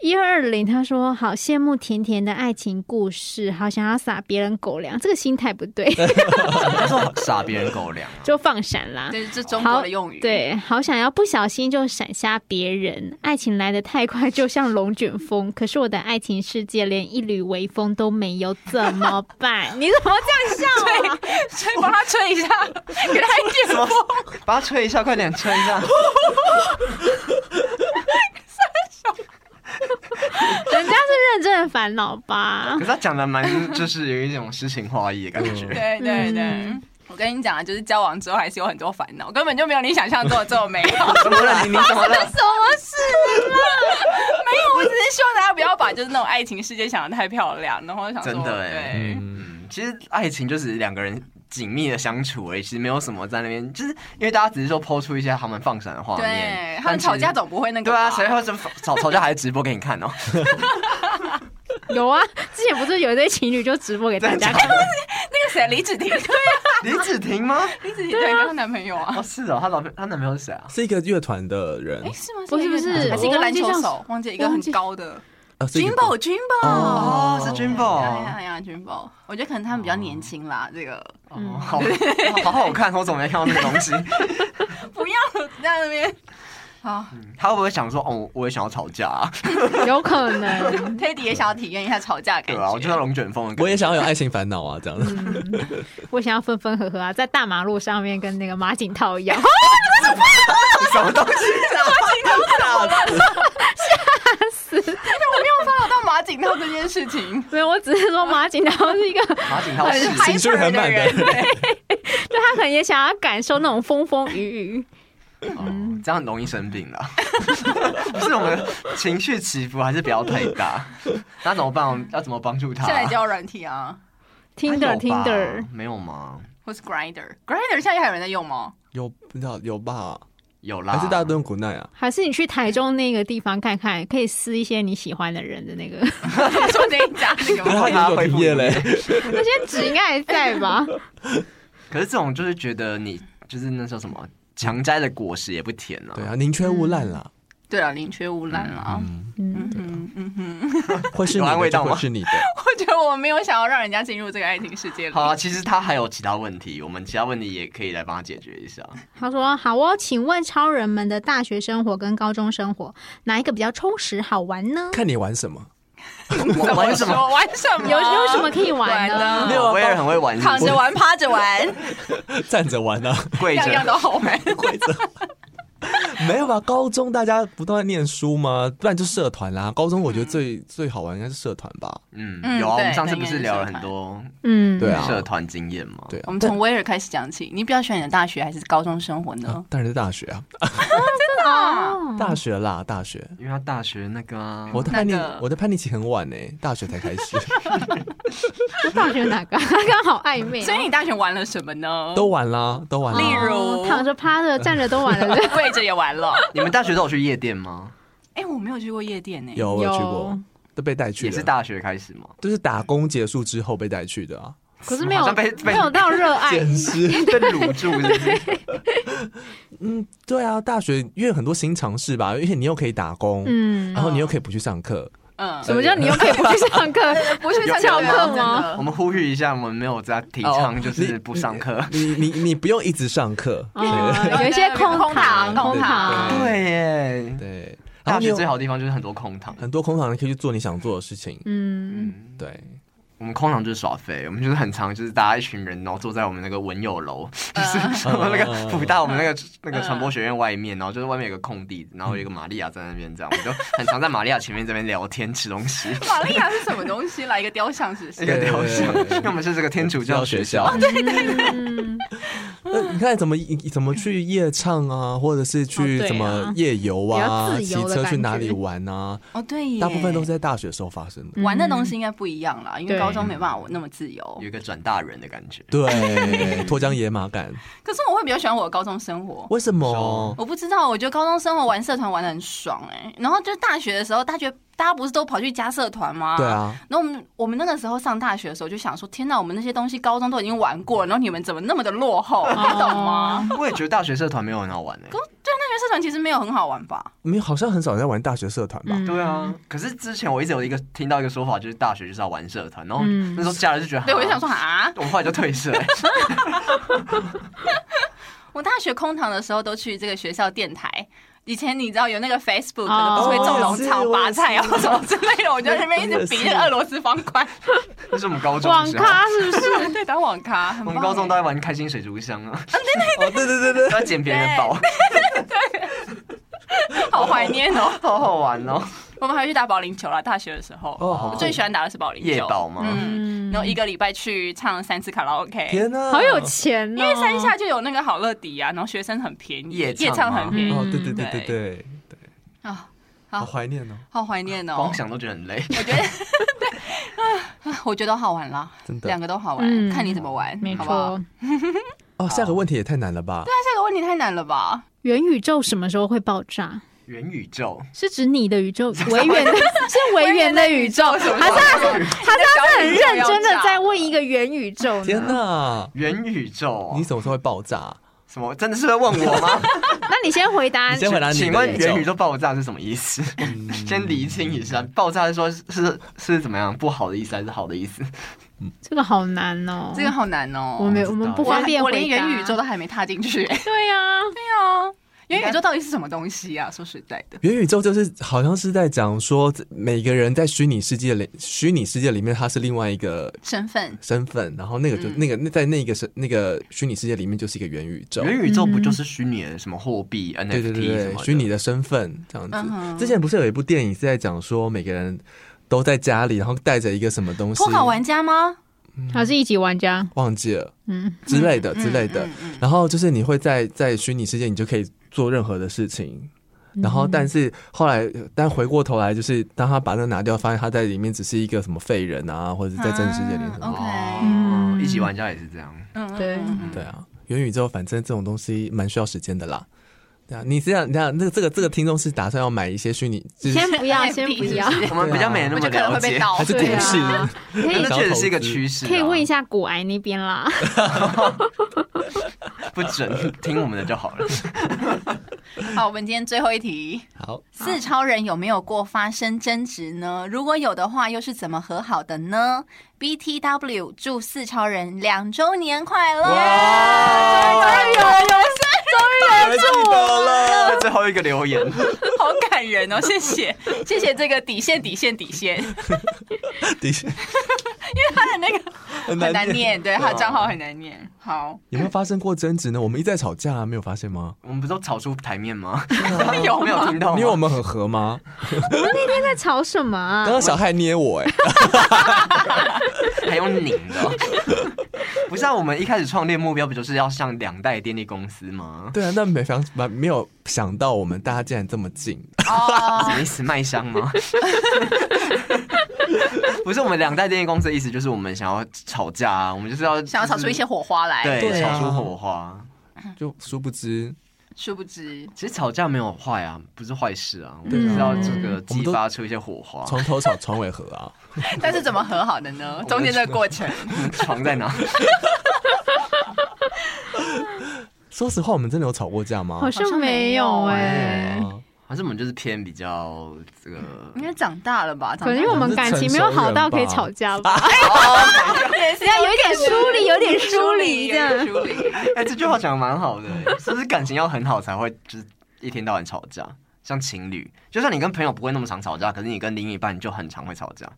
S2: 一二二零，他说：“好羡慕甜甜的爱情故事，好想要撒别人狗粮，这个心态不对，
S1: 他说傻别人狗粮啊，
S2: 就放闪啦。
S3: 这是这中国的用语。，
S2: 对，好想要不小心就闪瞎别人，爱情来得太快，就像龙卷风。可是我的爱情世界连一缕微风都没有，怎么办？你怎么这样笑、啊？
S3: 所以帮他吹一下，给他一点风。
S1: 把它吹一下，快点吹一下，
S2: 人家是认真的烦恼吧
S1: 可？是他讲的蛮就是有一种诗情画意的感觉，
S3: 对对对
S2: 嗯，
S3: 我跟你讲啊，就是交往之后还是有很多烦恼，根本就没有你想象中的这么美好。
S1: 怎么了？你你怎么了？
S3: 什么事啦？没有，我只是希望大家不要把就是那种爱情世界想的太漂亮，然后想说
S1: 真的欸
S3: 对。
S1: 嗯，其实爱情就只是两个人紧密的相处而已，其实没有什么在那边，就是因为大家只是说抛出一些他们放闪的画面
S3: 对，，他们吵架
S1: 怎么？
S3: 总不会那个
S1: 对啊，
S3: 吧
S1: 谁会怎么吵吵架还直播给你看哦？
S2: 有啊，之前不是有一对情侣就直播给大家看，
S3: 那个谁李芷婷，
S1: 李芷婷吗？
S3: 李芷婷对刚刚男朋友啊
S1: 哦，，是哦，她老她男朋友是谁啊？
S4: 是一个乐团的人
S3: 哎，，是吗？
S2: 不是不是
S3: 一个男还是一个
S2: 我
S3: 篮
S2: 忘记
S3: 球
S2: 叫
S3: 手，忘记一个
S2: 我
S3: 很
S2: 忘记
S3: 高的
S4: 呃，是一
S3: 君
S4: 个
S3: 宝，君宝。
S1: 哦，是君宝。
S3: 哎呀哎呀，君宝，我觉得可能他们比较年轻啦，这个
S1: 哦，好，好好看，我怎么没看到这个东西？
S3: 不要在那边。好
S1: 他会不会想说，哦，我也想要吵架啊？
S2: 有可能。
S3: ，Teddy 也想要体验一下吵架的
S1: 对
S3: 感
S1: 啊，我就
S3: 觉。
S1: 像龙卷风的感觉，
S4: 我也想要有爱情烦恼啊，这样子。
S2: 我想要分分合合啊，在大马路上面跟那个马景涛一样，
S1: 什么东西？
S3: 我没有发扰到马景涛这件事情，
S2: 没有，我只是说马景涛是一个，
S1: 马景涛 是
S4: 情绪很满的人
S3: hyper 对
S2: 就他可能也想要感受那种风风雨雨。
S1: 哦这样很容易生病了。不是我们情绪起伏还是不要太大。那怎么办？要怎么帮助他？
S3: 现在交友软体啊，
S2: 听的
S1: 他有
S2: 听
S1: 吧
S2: 的，
S1: 没有吗？
S3: 或是 Grinder。Grinder 现在还有人在用吗？
S4: 有不知道有吧？
S1: 有啦，
S4: 还是大家都用古 奈啊？
S2: 还是你去台中那个地方看看，可以撕一些你喜欢的人的那个，
S3: 他说那一家那
S4: 可是
S3: 个
S4: 他
S1: 会啊
S3: 吗
S4: 已经有毕业嘞，
S2: 那些纸应该还在吧？
S1: 可是这种就是觉得你就是那叫什么强摘的果实也不甜啊。
S4: 对啊，宁缺毋滥啦。
S3: 对啊，宁缺毋滥啦。
S4: 嗯，
S2: 嗯
S3: 嗯，
S1: 啊
S3: 哼嗯哼，
S4: 会是
S1: 有
S4: 你
S1: 安
S4: 的
S1: 慰
S4: 就
S1: 到吗
S4: 会是你的。
S3: 我觉得我没有想要让人家进入这个爱情世界里。
S1: 好啊，其实他还有其他问题，我们其他问题也可以来帮他解决一下。
S2: 他说：“好哦，请问超人们的大学生活跟高中生活哪一个比较充实好玩呢？
S4: 看你玩 什么，
S1: 我玩什么？
S3: 说？玩什么？
S2: 有有什么可以玩
S3: 玩
S2: 呢？
S3: 呢？
S4: 有啊
S1: 我也很会玩，
S3: 躺着玩，趴 着玩，
S4: 站着玩啊，
S1: 跪
S3: 样样
S1: 着。
S3: 都好 玩。
S4: 跪着玩。 没有吧？高中大家不都在念书吗？不然就社团啦。高中我觉得最最好玩应该是社团吧。
S1: 嗯，
S3: 嗯
S1: 有啊，我
S3: 对
S1: 们上次不是聊了很多
S2: 嗯，
S4: 对啊
S1: 社团经验吗？
S4: 对，啊，
S3: 哦我们
S4: 但
S3: 从威尔开始讲起，你比较喜欢你的大学还是高中生活呢？
S4: 当然是大学啊，
S3: 啊
S2: 哦，
S4: 大学啦，大学。
S1: 因为他大学那个啊，
S4: 我的叛
S3: 嗯
S4: 逆
S3: 那个，
S4: 我的叛逆期很晚呢，大学才开始，
S2: 大学哪个？ 刚好暧昧哦，
S3: 所以你大学玩了什么呢？
S4: 都玩啦，都玩
S3: 例
S4: 啦。
S3: 如
S2: 哦躺着、趴着、站着都玩 了。对
S3: 跪着也玩了。
S1: 你们大学都有去夜店吗？
S3: 哎、我没有去过夜店呢、
S4: 有我有去过
S2: 有，
S4: 都被带去
S1: 也
S4: 了
S1: 是大学开始吗？
S4: 就是打工结束之后被带去的啊，
S2: 可是没有
S1: 好像被被
S2: 没有到热爱，
S3: 哎
S4: 简直。
S1: 被掳住是不 是？
S4: 嗯， 对啊，大学因为很多新尝试吧，而且你又可以打工，
S2: 嗯
S4: 然，后
S3: 哦
S4: 你又可以不去上课，
S3: 嗯，
S2: 什么叫你又可以不去上课？
S3: 不是
S1: 有
S3: 翘
S1: 有
S3: 课
S2: 吗
S3: 吗？
S1: 我们呼吁一下，我们没有在提
S4: 哦
S1: 倡就是不上课。
S4: 你你你不用一直上课，对
S2: 哦有一些空
S3: 空
S2: 堂，
S3: 堂
S2: 空
S4: 对
S2: 堂，
S1: 对耶，
S4: 对，
S1: 大
S4: 然后你
S1: 学
S4: 有
S1: 最好的地方就是很多空堂。
S4: 很多空堂你可以去做你想做的事情，
S2: 嗯，
S1: 嗯，
S4: 对，
S1: 我们空堂就是耍废，我们就是很常就是大家一群人，然后坐在我们那个文友 楼，就是
S4: 嗯
S1: 我们那个辅大我们那个那个传播学院外面，然后就是外面有个空地，然后有一个玛利亚在那边这样，我们就很常在玛利亚前面这边聊天吃东西。
S3: 玛利亚是什么东西啦？一个雕像是不
S1: 这
S3: 是？
S1: 个雕像
S4: 对对对，
S1: 因为我们是这个天主教学校，
S4: 对，
S2: 嗯，
S4: 呃你看怎么怎么去夜唱啊，或者是
S2: 哦
S4: 去
S2: 对啊
S4: 怎么夜游啊，
S2: 比
S4: 骑
S2: 较自由的
S4: 车去
S2: 感
S4: 哪里
S2: 觉
S4: 玩啊，
S3: 哦，对耶，嗯
S4: 大部分都是在大学时候发生的，
S3: 玩的东西应该不一样啦，因为
S2: 对
S3: 高中没办法我那么自由
S1: 有。一个转大人的感觉。
S4: 对，脱缰野马感，
S3: 可是我会比较喜欢我的高中生活。
S4: 为什么？
S3: 我不知道，我觉得高中生活玩社团玩的很爽哎、然后就大学的时候，大学大家不是都跑去加社团吗？
S4: 对。啊，
S3: 然后我们我们那个时候上大学的时候就想说，天哪，我们那些东西高中都已经玩过了，然后你们怎么那么的落后？你懂吗？
S1: 我也觉得大学社团没有很好玩诶、欸
S3: 大学社团其实没有很好玩吧？
S4: 你好像很少人在玩大学社团吧？
S2: 嗯
S1: 对啊，可是之前我一直有一个听到一个说法，就是大学就是要玩社团，然后
S2: 嗯
S1: 那时候家人就觉得，
S3: 对，我就想
S1: 说，
S3: 说啊，
S1: 我们后来就退社、欸。
S3: 我大学空堂的时候都去这个学校电台。以前你知道有那个 Facebook，可
S2: 哦
S3: 能不是会种农场、
S4: 我也
S3: 拔
S4: 是
S3: 菜啊 什么之类的，我就在那边一直比那个俄罗斯方块，
S1: 那是我们高中的
S2: 网
S1: 时候，
S2: 咖是不是？
S3: 对，打网咖。 很
S1: 我
S3: 棒
S1: 们高中
S3: 耶
S1: 都在玩开心水族箱啊，
S4: 哦，对对对对，
S1: 都在捡别人的宝，
S3: 好怀念哦。
S1: 好好玩哦。
S3: 我们还去打保龄球啦，大学的时候，
S4: 哦，好
S3: 我
S4: 酷
S3: 最喜欢打的是保龄球。
S1: 夜保吗
S3: 嗯，然后一个礼拜去唱三次卡拉 OK。
S4: 天哪，
S2: 好有钱哦！
S3: 因为山下就有那个好乐迪啊，然后学生很便宜，
S1: 夜
S3: 夜
S1: 唱
S3: 唱
S1: 吗嗯
S3: 很便宜
S4: 哦，
S2: 嗯
S4: 对对对对
S3: 对
S4: 对对，
S3: 啊，
S4: 好
S3: 好
S4: 怀念哦，
S3: 好怀念哦
S1: 光！想都觉得很累。
S3: 我觉得， 对，啊我觉得都好玩啦，
S4: 真的
S3: 两个都好
S2: 嗯
S3: 玩，看你怎么玩，
S2: 没
S3: 好不好？
S2: 错，
S4: 哦。下个问题也太难了吧？
S3: 那这个问题太难了吧？
S2: 元宇宙什么时候会爆炸？
S1: 元宇宙，
S2: 是指你的宇 宙，维园的是维园的宇
S3: 啊
S2: 宙，还是他是他是他是很认真的在问一个元宇 宙
S4: 天
S2: 呢？
S4: 哪，
S1: 元宇宙哦、
S4: 你什么时候会爆炸？
S1: 什么？真的是在问我吗？
S2: 那你先回答
S4: 你，先回答你的
S1: 请问元宇
S4: 宙，
S1: 宙爆炸是什么意思？
S4: 嗯
S1: 先厘清一下，爆炸是说是是是怎么样不好的意思还是好的意思？
S2: 这个好难哦，
S3: 这个好难哦。
S2: 我们
S1: 我
S2: 我
S1: 不知道
S2: 们不
S3: 我
S2: 方便
S3: 我
S2: 回答。
S3: 连元宇宙都还没踏进 去。对
S2: 对呀，
S3: 啊，元宇宙到底是什么东西啊？说实在的，
S4: 元宇宙就是好像是在讲说，每个人在虚拟世界里，虚拟世界里面他是另外一个
S3: 身份
S4: 身份，然后那个就
S3: 嗯
S4: 那个那在那个是那个虚拟世界里面就是一个元宇宙。
S3: 嗯
S1: 元宇宙不就是虚拟的什么货币、
S4: 对嗯对
S1: NFT
S4: 对
S1: 什
S4: 对
S1: 么，的
S4: 虚拟的身份这样
S3: 嗯
S4: 子。
S3: 哼
S4: 之前不是有一部电影是在讲说，每个人都在家里，然后带着一个什么东西，
S3: 脱稿玩家吗？
S2: 他是一级玩家，
S4: 忘记了
S2: 嗯，
S4: 之类的之类的。
S3: 嗯嗯嗯
S4: 然后就是你会在在虚拟世界，你就可以做任何的事情。然后，但是后来，但回过头来，就是
S3: 嗯
S4: 当他把那个拿掉，发现他在里面只是一个什么废人啊，或者是在真实世界里什么。
S3: 啊 OK
S1: 哦一级玩家也是这样。
S3: 嗯，嗯
S2: 对
S3: 嗯嗯
S4: 对啊，元宇宙反正这种东西蛮需要时间的啦。对啊，你这样，你看，那个这个这个听众是打算要买一些虚拟，就是
S2: 先不要，
S3: NFT
S2: 先不要，
S1: 我
S4: 啊
S1: 们比较没那么
S3: 我就可能
S1: 了
S3: 会
S1: 解
S3: 被，盗
S4: 还。是股市？
S2: 对 啊可
S1: 但
S2: 以
S1: 这确实是一个趋势啊。
S2: 可以问一下古癌那边啦。
S1: 不准听我们的就好了。
S3: 好，我们今天最后一题，
S4: 好，
S3: 四超人有没有过发生争执呢？如果有的话，又是怎么和好的呢？BTW 祝四超人两周年快乐！
S1: 哇
S3: 终于有人有声，
S1: 太记得了，最后一个留言，
S3: 好感人哦！谢谢，谢谢这个底线，底线，底线，
S4: 的确
S3: 他的那个
S4: 很
S3: 很
S4: 难
S3: 难
S4: 念。
S3: 念，对，他的账号很难念。好，
S4: 有没有发生过争执呢？我们一再吵架、啊，没有发现吗？
S1: 我们不都吵出台面吗？
S3: 有
S1: 没有听到吗？
S4: 因为我们很合吗？
S2: 在吵什么
S4: 刚
S2: 啊？
S4: 刚小害捏我、哎，
S1: 还有拧的哦，不是啊？我们一开始创立目标不就是要像两代电力公司吗？
S4: 对啊，那没想没有想到我们大家竟然这么近，
S3: 哦
S1: 什，么意思？卖香 吗？不是，我们两代电力公司的意思就是我们想要吵架啊，我们就是要
S3: 想要吵出一些火花来，
S1: 对
S4: 对啊
S1: 吵出火花。
S2: 嗯
S4: 就殊不知
S3: 殊不知
S1: 其实吵架没有坏啊，不是坏事啊，我们
S4: 对啊
S1: 是要这个
S4: 我们
S1: 激
S4: 都
S1: 发出一些火花。
S4: 床头吵床尾和啊。
S3: 但是怎么和好的呢？中间这个过程，
S1: 床在哪？
S4: 说实话，我们真的有吵过架吗
S2: 好？像没有哎、
S4: 啊
S1: 还是我们就是偏比较这个
S3: 应该长大了吧？
S2: 可能因为我们感情没有好到可以吵架吧，
S3: 也是
S2: 要有一点疏离，有点疏离这样。
S3: 疏离。
S1: 哎、这句话讲得蛮好的、欸是不是感情要很好才会就是一天到晚吵架？像情侣，就算你跟朋友不会那么常吵架，可是你跟另一半就很常会吵架。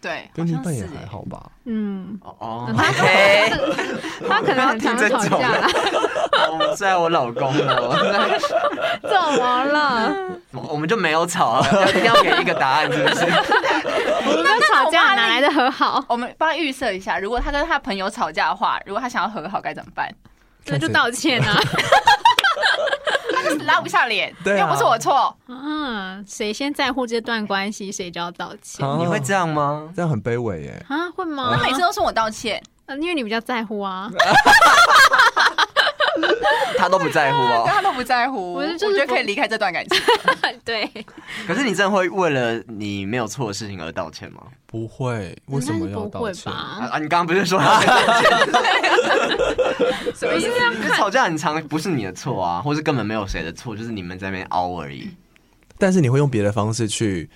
S3: 对，
S4: 跟另一半也
S3: 好像是
S2: 欸
S4: 还好吧？
S2: 嗯，
S1: 哦哦，
S2: 他可能哎 他可能很常吵架啦，
S1: 我虽然我老公哦，
S2: 怎么了？
S1: 我们就没有吵啊， 一定要给一个答案，是不是？
S2: 我们吵架哪来的和好？
S3: 我们帮他预设一下，如果他跟他朋友吵架的话，如果他想要和好该怎么 办？
S2: 那就道歉啊！
S3: 他就是拉不下脸，
S4: 对啊
S3: 又不是我错。
S2: 嗯，谁先在乎这段关系，谁就要道歉
S4: 啊
S1: 你会这样吗？
S4: 这样很卑微耶。
S2: 啊？会吗
S3: 他？每次都说我道歉，
S2: 呃因为你比较在乎啊。
S1: 他都不在乎
S3: 但
S1: 哦。
S3: 他都不在乎，
S2: 我
S3: 我
S2: 是就是
S3: 觉得
S2: 不
S3: 可以离开这段感情。
S2: 对，
S1: 可是你真的会为了你没有错的事情而道歉吗？
S4: 不会，为什么要道歉？
S1: 啊，啊你刚刚不是 说他在
S3: 什么意思？
S1: 吵架很常不是你的错啊，或是根本没有谁的错，就是你们在那边凹而 已。
S4: 但是你会用别的方式去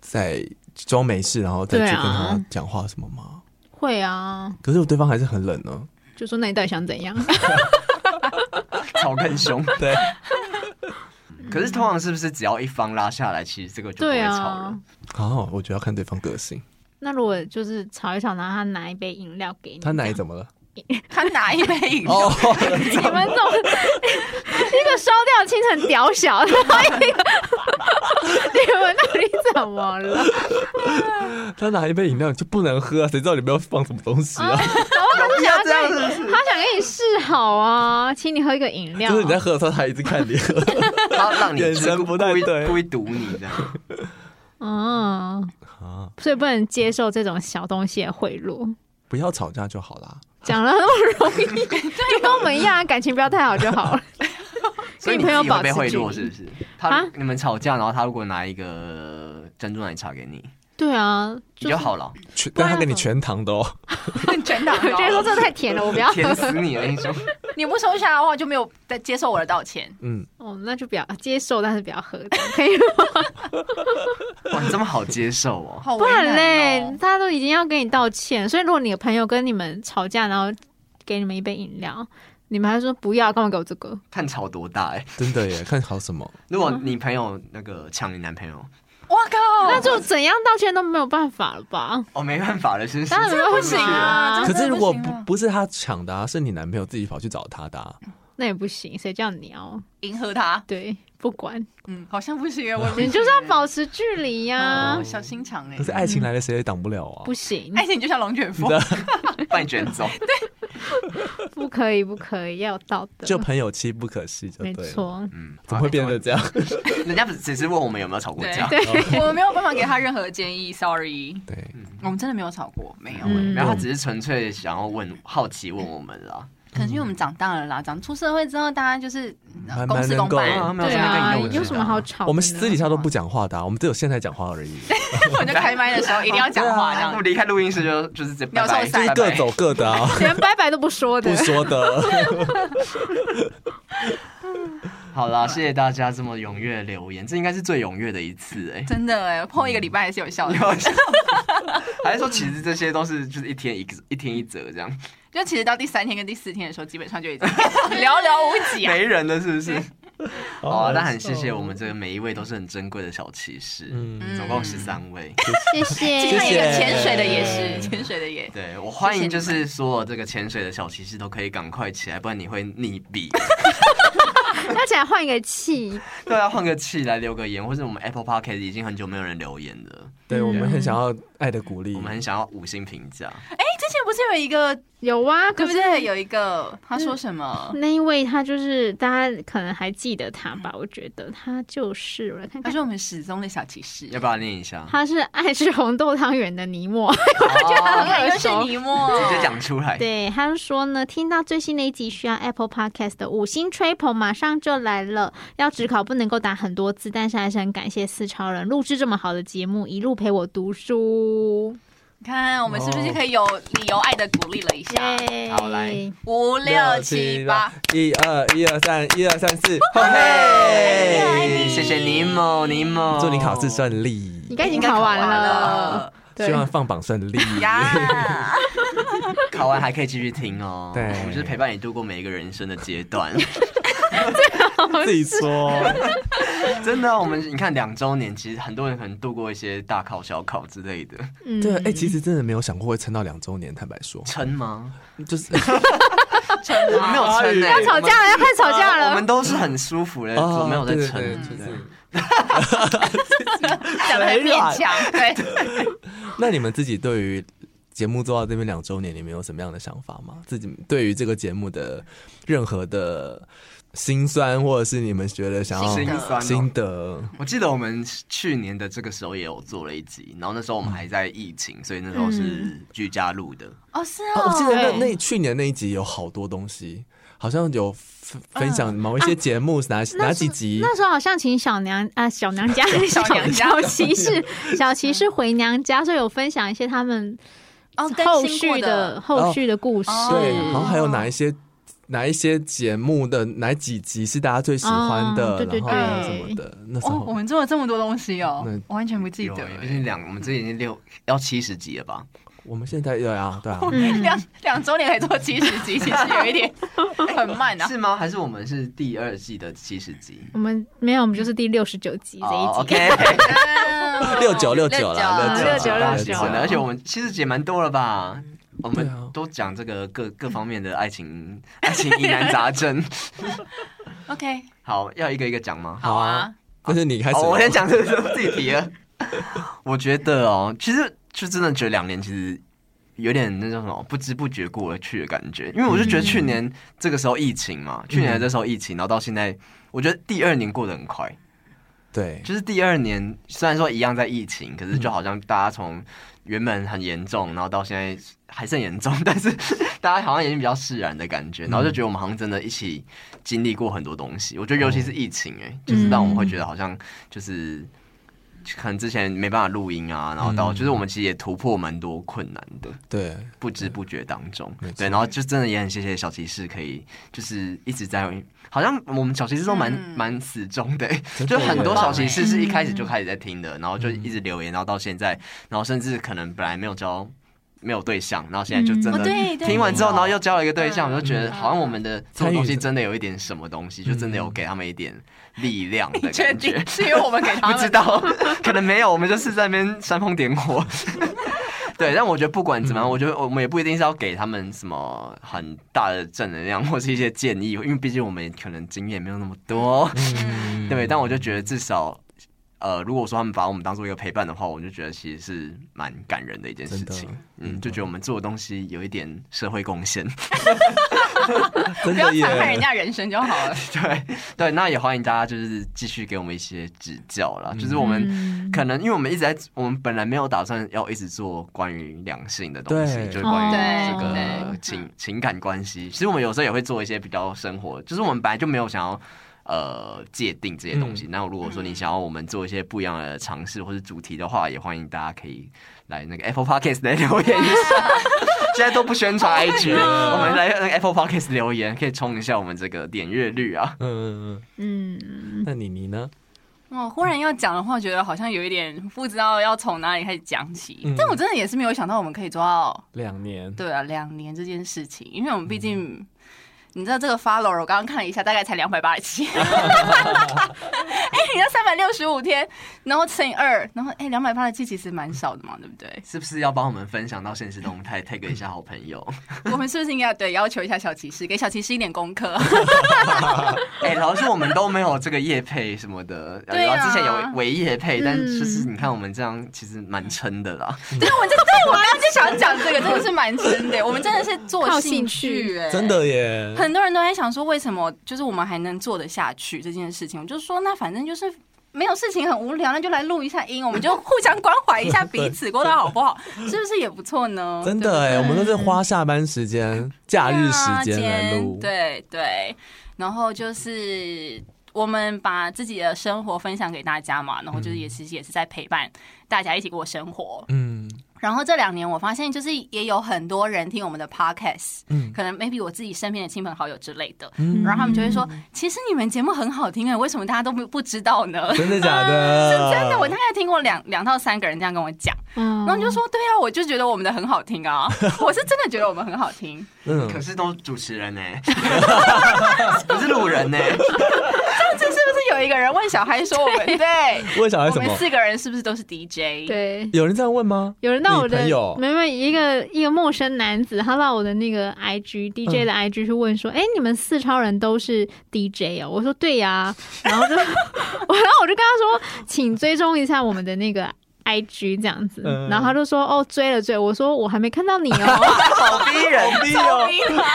S4: 在装没事，然后再去
S2: 对
S4: 跟
S2: 啊
S4: 他讲话什么吗？
S2: 会啊，
S4: 可是对方还是很冷 呢。
S2: 就说那你到底想怎 样？
S1: 吵更 凶。
S4: 对，
S1: 可是通常是不是只要一方拉下来，其实这个就不
S2: 对
S1: 会吵了
S2: 啊。。
S4: 好，我觉得要看对方个性。
S2: 那如果就是吵一吵，然后他拿一杯饮料给你，
S4: 他哪里怎么了？
S3: 他拿一杯 饮料，
S4: 哦，
S2: 你们怎么一个烧掉青城屌 小，然后一个你们到底怎么了？
S4: 他拿一杯饮料就不能喝啊？谁知道里面要放什么东西
S2: 哦
S4: 啊？
S1: 有必要这样是不是？
S2: 他想跟你示好啊，请你喝一个饮料。
S4: 就是你在喝的时候，他一直看你 喝。
S1: 然后让你
S4: 眼神不太
S1: 故意
S4: 对
S1: 故意堵你这 样。
S2: 嗯，
S4: 啊，
S2: 所以不能接受这种小东西的贿�赂。
S4: 不要吵架就好啦。
S2: 讲了那么容易，就跟我们一样，感情不要太好就好了。
S1: 所以
S2: 跟
S1: 你自己
S2: 朋友保
S1: 会
S2: 持
S1: 被贿
S2: 距
S1: 赂
S2: 离。
S1: 是不是？他
S2: 啊
S1: 你们吵架，然后他如果拿一个珍珠奶茶给你，
S2: 对啊，
S1: 比
S2: 就
S1: 较
S2: 是。
S1: 好了，
S4: 全，
S2: 不然
S4: 但他给你
S2: 怎么
S4: 全糖的哦。
S3: 全打
S2: 我觉得说这太甜了，我不要 喝。
S1: 甜死你了那种。
S3: 你不收下的话，就没有再接受我的道歉。
S4: 嗯，
S2: 哦，那就不要接受，但是不要喝，这样可以吗？
S1: 哇，你这么好接受哦。
S3: 好
S2: 不
S3: 为难
S2: 然嘞
S3: 哦，
S2: 大家都已经要跟你道歉，所以如果你的朋友跟你们吵架，然后给你们一杯饮料，你们还说不要，干嘛给我这个？
S1: 看吵多大哎、
S4: 真的耶，看好什么。
S1: 如果
S3: 嗯
S1: 你朋友那个抢你男朋友，
S3: 我靠，
S2: 那就怎样道歉都没有办法了吧？
S1: 哦，没办法了，是不是
S2: 当？然没有
S3: 不
S2: 办
S3: 行
S2: 法
S3: 啊
S2: 啊
S4: 可
S3: 真的
S4: 是如果
S3: 不行啊
S4: 不不是他抢的，啊，是你男朋友自己跑去找他的啊。
S2: 那也不行，谁叫你要？
S3: 迎合他，
S2: 对，不管，
S3: 嗯，好像不行啊，我也 不
S2: 你
S3: 行
S2: 就是要保持距离呀、
S3: 啊，小心肠
S2: 嗯
S3: 哎
S2: 哦哎
S4: 可。是爱情来了，谁也挡不了啊
S2: 不。行
S3: 爱。情就像龙卷风，
S1: 把你卷走。
S2: 不可以，不可以，要有道德。
S4: 就朋友妻不可欺，就
S2: 没
S4: 对了。
S2: 错，
S1: 嗯，
S4: 怎么会变成这样？
S1: 人家只是问我们有没有吵过架，
S3: 我没有办法给他任何建议，sorry。
S4: 对，
S3: 我们真的没有吵过，没有、
S2: 嗯
S1: 然后他只是纯粹想要问，好奇问我们啦。
S3: 可能是因为我们长大了啦，长出社会之后，大家就是
S4: 慢慢
S3: 公事公
S4: 能
S3: 办
S4: 够，
S1: 哎没有
S2: 对
S1: 在那
S2: 啊，
S1: 个你
S2: 有什么好？吵的呢？
S4: 我们私底下都不讲话的啊、我们只有现在讲话而已，
S3: 我就开麦的时候一定要讲话这样
S1: 啊 我。离开录音室就就是这拜拜
S3: 鸟兽
S4: 就
S3: 散
S4: 是
S1: 拜
S4: 各
S1: 拜
S4: 走各 的啊，
S2: 连拜拜都不说的
S4: 不。说的。
S1: 好啦，谢谢大家这么踊跃留言，这应该是最踊跃的一次 哎、
S3: 真的哎，碰一个礼拜还是有效的。
S1: 还是说其实这些都是就是一天一个一天一折这样，
S3: 就其实到第三天跟第四天的时候，基本上就已经 寥寥无几啊。
S1: 没人了是不是？好啊，
S4: 哦
S1: 那很谢谢我们这个每一位都是很珍贵的小骑士，
S4: 嗯
S1: 总共十三位。
S2: 谢
S3: 其
S2: 谢嗯
S3: 中有一个
S4: 谢谢
S3: 潜水的也是，潜水的也。
S1: 对我欢迎，就是所有这个潜水的小骑士都可以赶快起来，不然你会溺 毙。
S2: 而且还换一个气，
S1: 对啊，换个气来留个言，或者我们 Apple Podcast 已经很久没有人留言了，
S4: 对，我们很想要爱的鼓励
S1: 我，们很想要五星评价。
S3: 哎，之前不是有一个，
S2: 有啊，
S3: 对
S2: 可
S3: 不
S2: 是
S3: 对？嗯有一个他说什么？
S2: 那一位他就是大家可能还记得他吧？我觉得他就是我来看
S3: 他
S2: 看，
S3: 说我们始终的小骑士，
S1: 要不要念一下？
S2: 他是爱吃红豆汤圆的尼莫。
S1: 哦
S2: 很
S3: 又
S2: 耳
S3: 是
S2: 熟
S3: 尼莫，
S1: 直接讲出来。
S2: 对，他就说呢，听到最新的一集需要 Apple Podcast 的五星吹捧，马上就来了。要只考不能够打很多字，但是还是很感谢四超人录制这么好的节目，一路陪我读书。
S3: 你看我们是不是可以有理由爱的鼓励了一下？
S2: 耶！
S1: 好来
S3: 五六七八，，
S4: 一二一二三，一二三四，嘿
S1: 嘿，
S4: 嘿，
S1: 谢谢尼莫，尼莫，
S4: 祝你考试顺利
S2: 你，应该已经考完了。。
S3: 哎
S4: 希望放榜顺利。
S3: 呀，
S1: 考完还可以继续听哦。
S4: 对
S1: 我们就是陪伴你度过每一个人生的阶段。
S4: 自己说，
S1: 真的，我们你看两周年，其实很多人可能度过一些大考、小考之类的，
S2: 嗯
S4: 对，哎，其实真的没有想过会撑到两周年，坦白 说，
S1: 撑吗？
S4: 就是
S1: 我们没有撑呢，欸
S2: 要吵架了，要开始吵
S4: 呃
S2: 架
S1: 我
S2: 了
S1: 们。都是很舒服的，
S4: 啊
S1: 没有在
S4: 对
S1: 撑
S4: 对对，
S1: 对
S4: 就是
S3: 讲的勉强，对，
S4: 那你们自己对于节目做到这边两周年，你们有什么样的想法吗？自己对于这个节目的任何的辛酸，或者是你们觉得想要
S3: 心
S1: 心
S3: 得
S1: 酸哦
S4: 心得，
S1: 我记得我们去年的这个时候也有做了一集，然后那时候我们还在疫情，所以那时候
S2: 嗯
S1: 是居家录的。
S3: 哦是
S4: 哦，我记得那
S2: 对
S4: 那去年那一集有好多东西，好像有分分享某一些节目是哪、哪几集，
S2: 那时候好像请小娘啊、小娘家、
S3: 小娘家
S2: 小骑士、小骑士回娘家，所以有分享一些他们
S3: 哦
S2: 后续的后续的故事。
S3: 哦
S4: 对，
S3: 是
S4: 然后还有哪一些哪一些节目的哪几集是大家最喜欢的，
S2: 哦对对
S4: 然后什
S2: 对
S4: 么的，那时
S3: 哦，我
S4: 候。
S3: 们做了这么多东西哦，我完全不记
S1: 有
S3: 得哎
S1: 欸，毕竟两，我们这已经六要七十集了吧？
S4: 我们现在对啊，对啊，
S3: 哦
S2: 嗯，
S3: 两两周年可以做七十集，其实有一点很慢啊。
S1: 是吗？还是我们是第二季的七十集？
S2: 我们没有，我们就是第六十九集这
S1: 哦
S2: 一集。
S1: OK，
S4: 六九六九啦，
S2: 六
S4: 九
S2: 九六
S4: 大家嗯
S2: 九
S4: 喜
S1: 好
S4: 欢
S1: 的，
S4: 的
S1: 而且我们七十集也蛮多了吧？我
S4: 对
S1: 们
S4: 啊
S1: 都讲这个各各方面的爱情 爱情疑难杂 症。
S3: OK，
S1: 好，要一个一个讲吗？
S4: 好啊，但是你开始
S1: 哦，
S4: 了，
S1: 我先讲这个自己提了。 我觉得哦，其实就真的觉得两年其实有点那叫什么不知不觉过了去的感觉，因为我就觉得去年这个时候疫情嘛，去年的这时候疫情，然后到现在，我觉得第二年过得很快。
S4: 对，
S1: 就是第二年虽然说一样在疫情，可是就好像大家从原本很严重，然后到现在还是很严重，但是 大家好像已经比较释然的感觉，然
S4: 嗯
S1: 后就觉得我们好像真的一起经历过很多东西。我
S4: 哦
S1: 觉得尤其是疫情、哎、就是让我们会觉得好像就是。可能之前没办法录音啊，然后到、
S4: 嗯
S1: 就是我们其实也突破蛮多困难的，
S4: 对，
S1: 不知不觉当中
S4: 嗯没，错
S1: 对，然后就真的也很谢谢小骑士，可以就是一直在，好像我们小骑士都蛮
S3: 嗯
S1: 蛮、死忠的、欸
S4: 真 的
S1: 就
S4: 耶
S1: 很多小骑士是一开始就开始在听的，然后就一直留言，然后到现在，然后甚至可能本来没有交没有对象，然后现在就真
S3: 哦
S1: 的。
S3: 对对，
S1: 听完之后，然后又交了一个对象，
S3: 嗯
S1: 我就觉得好像我们的这种东
S4: 参
S1: 西
S4: 与嗯
S1: 真的有一点什么东西，就真的有给他们一点力量的
S3: 确
S1: 感觉
S3: 定。是因为我们给他
S1: 不 知
S3: 们
S1: 道， 可能没有，我们就是在那边煽风点火。 对，但我觉得不管怎
S4: 嗯
S1: 么样，我觉得我们也不一定是要给他们什么很大的正能量或是一些建
S4: 嗯
S1: 嗯议，因为毕竟我们可能经验没有那么多，对不对？但我就觉得至少呃，如果说他们把我们当做一个陪伴的话，我就觉得其实是蛮感人的一件事情
S4: 真的。
S1: 嗯，就觉得我们做的东西有一点社会贡献。
S4: 真
S3: 不要
S4: 的耶
S3: 残害人家人生就好了。
S1: 对 对，那也欢迎大家就是继续给我们一些指教啦。就是我们
S2: 嗯
S1: 可能因为我们一直在，我们本来没有打算要一直做关于两性的东西，
S4: 对
S1: 就是关于
S3: 哦
S1: 这个
S3: 对
S1: 情情感关系。其实我们有时候也会做一些比较生活，就是我们本来就没有想要。呃，界定这些东西。那如果
S3: 嗯
S1: 说你想要我们做一些不一样的尝试或者主题的话，也欢迎大家可以来那个 Apple Podcast 来留言一下。 现在都不宣传 IG，我
S3: 哦
S1: 们来那个 Apple Podcast 留言，可以冲一下我们这个点阅率啊。
S4: 嗯嗯
S2: 嗯，
S4: 嗯，那你你呢？
S3: 哦，忽然要讲的话，觉得好像有一点不知道要从哪里开始讲起。
S4: 嗯
S3: 但我真的也是没有想到我们可以做到，
S4: 两年，
S3: 对啊，两年这件事情，因为我们毕竟。
S4: 嗯
S3: 你知道这个 follow，我刚刚看了一下，大概才两百八十 七。哎、你要三百六十五天，然后乘以二，然后哎，两百八十七其实蛮少的嘛，对不对？
S1: 是不是要帮我们分享到现实动态，tag 一下好朋友？
S3: 我们是不是应该对要求一下小骑士，给小骑士一点功课？
S1: 哎、老师，我们都没有这个叶配什么的，
S3: 对啊
S1: 然后之前有伪叶配，
S2: 嗯
S1: 但就是你看我们这样其实蛮撑的啦。
S3: 对，我这对我刚刚就想讲这个，真的是蛮真的。我们真的是做
S2: 靠
S3: 兴
S2: 兴
S3: 趣、
S2: 趣
S3: 哎，
S4: 真的 耶，
S3: 很多人都在想说，为什么就是我们还能做得下去这件事情？我就说，那反正就是没有事情，很无聊，那就来录一下音，我们就互相关怀一下彼此，过得好 不好？是不是也不错呢？
S4: 真的哎，
S3: 对
S4: 我
S3: 不
S4: 们都是花下班时间、假日时间来
S3: 对
S4: 录，
S3: 啊今天对对，然后就是。我们把自己的生活分享给大家嘛，然后就是也其实也是在陪伴大家一起过生活。
S4: 嗯
S3: 然后这两年我发现，就是也有很多人听我们的 podcast，
S4: 嗯
S3: 可能 maybe 我自己身边的亲朋好友之类的，
S4: 嗯
S3: 然后他们就会说，其实你们节目很好听哎，为什么大家都不不知道呢？
S4: 真的假 的？
S3: 真的，我大概听过两两到三个人这样跟我讲，
S2: 嗯
S4: 哦
S3: 然后你就说，对啊，我就觉得我们的很好听 啊，我是真的觉得我们很好听，
S4: 嗯
S1: 可，是都主持人 呢、不是路人呢、
S3: 这是不是有一个人问小嗨说我 们对？
S4: 问小孩
S3: 我
S4: 什
S3: 们
S4: 么？
S3: 四个人是不是都是 DJ？，
S2: 对，
S4: 有人这样问吗？
S2: 有人到我的
S4: 你朋友
S2: 没有没有一个一个陌生男子，他到我的那个 I G
S4: 嗯
S2: DJ 的 I G 去问说：“哎、你们四超人都是 DJ 哦？”我说：“对呀、 然后就我，然后我就跟他说：“请追踪一下我们的那个 I G 这样子。
S4: 嗯
S2: 然后他就说：“哦，追了追了。”我说：“我还没看到 你哦。”他就开
S1: 好逼人，逼
S4: 哦
S3: 救命啊！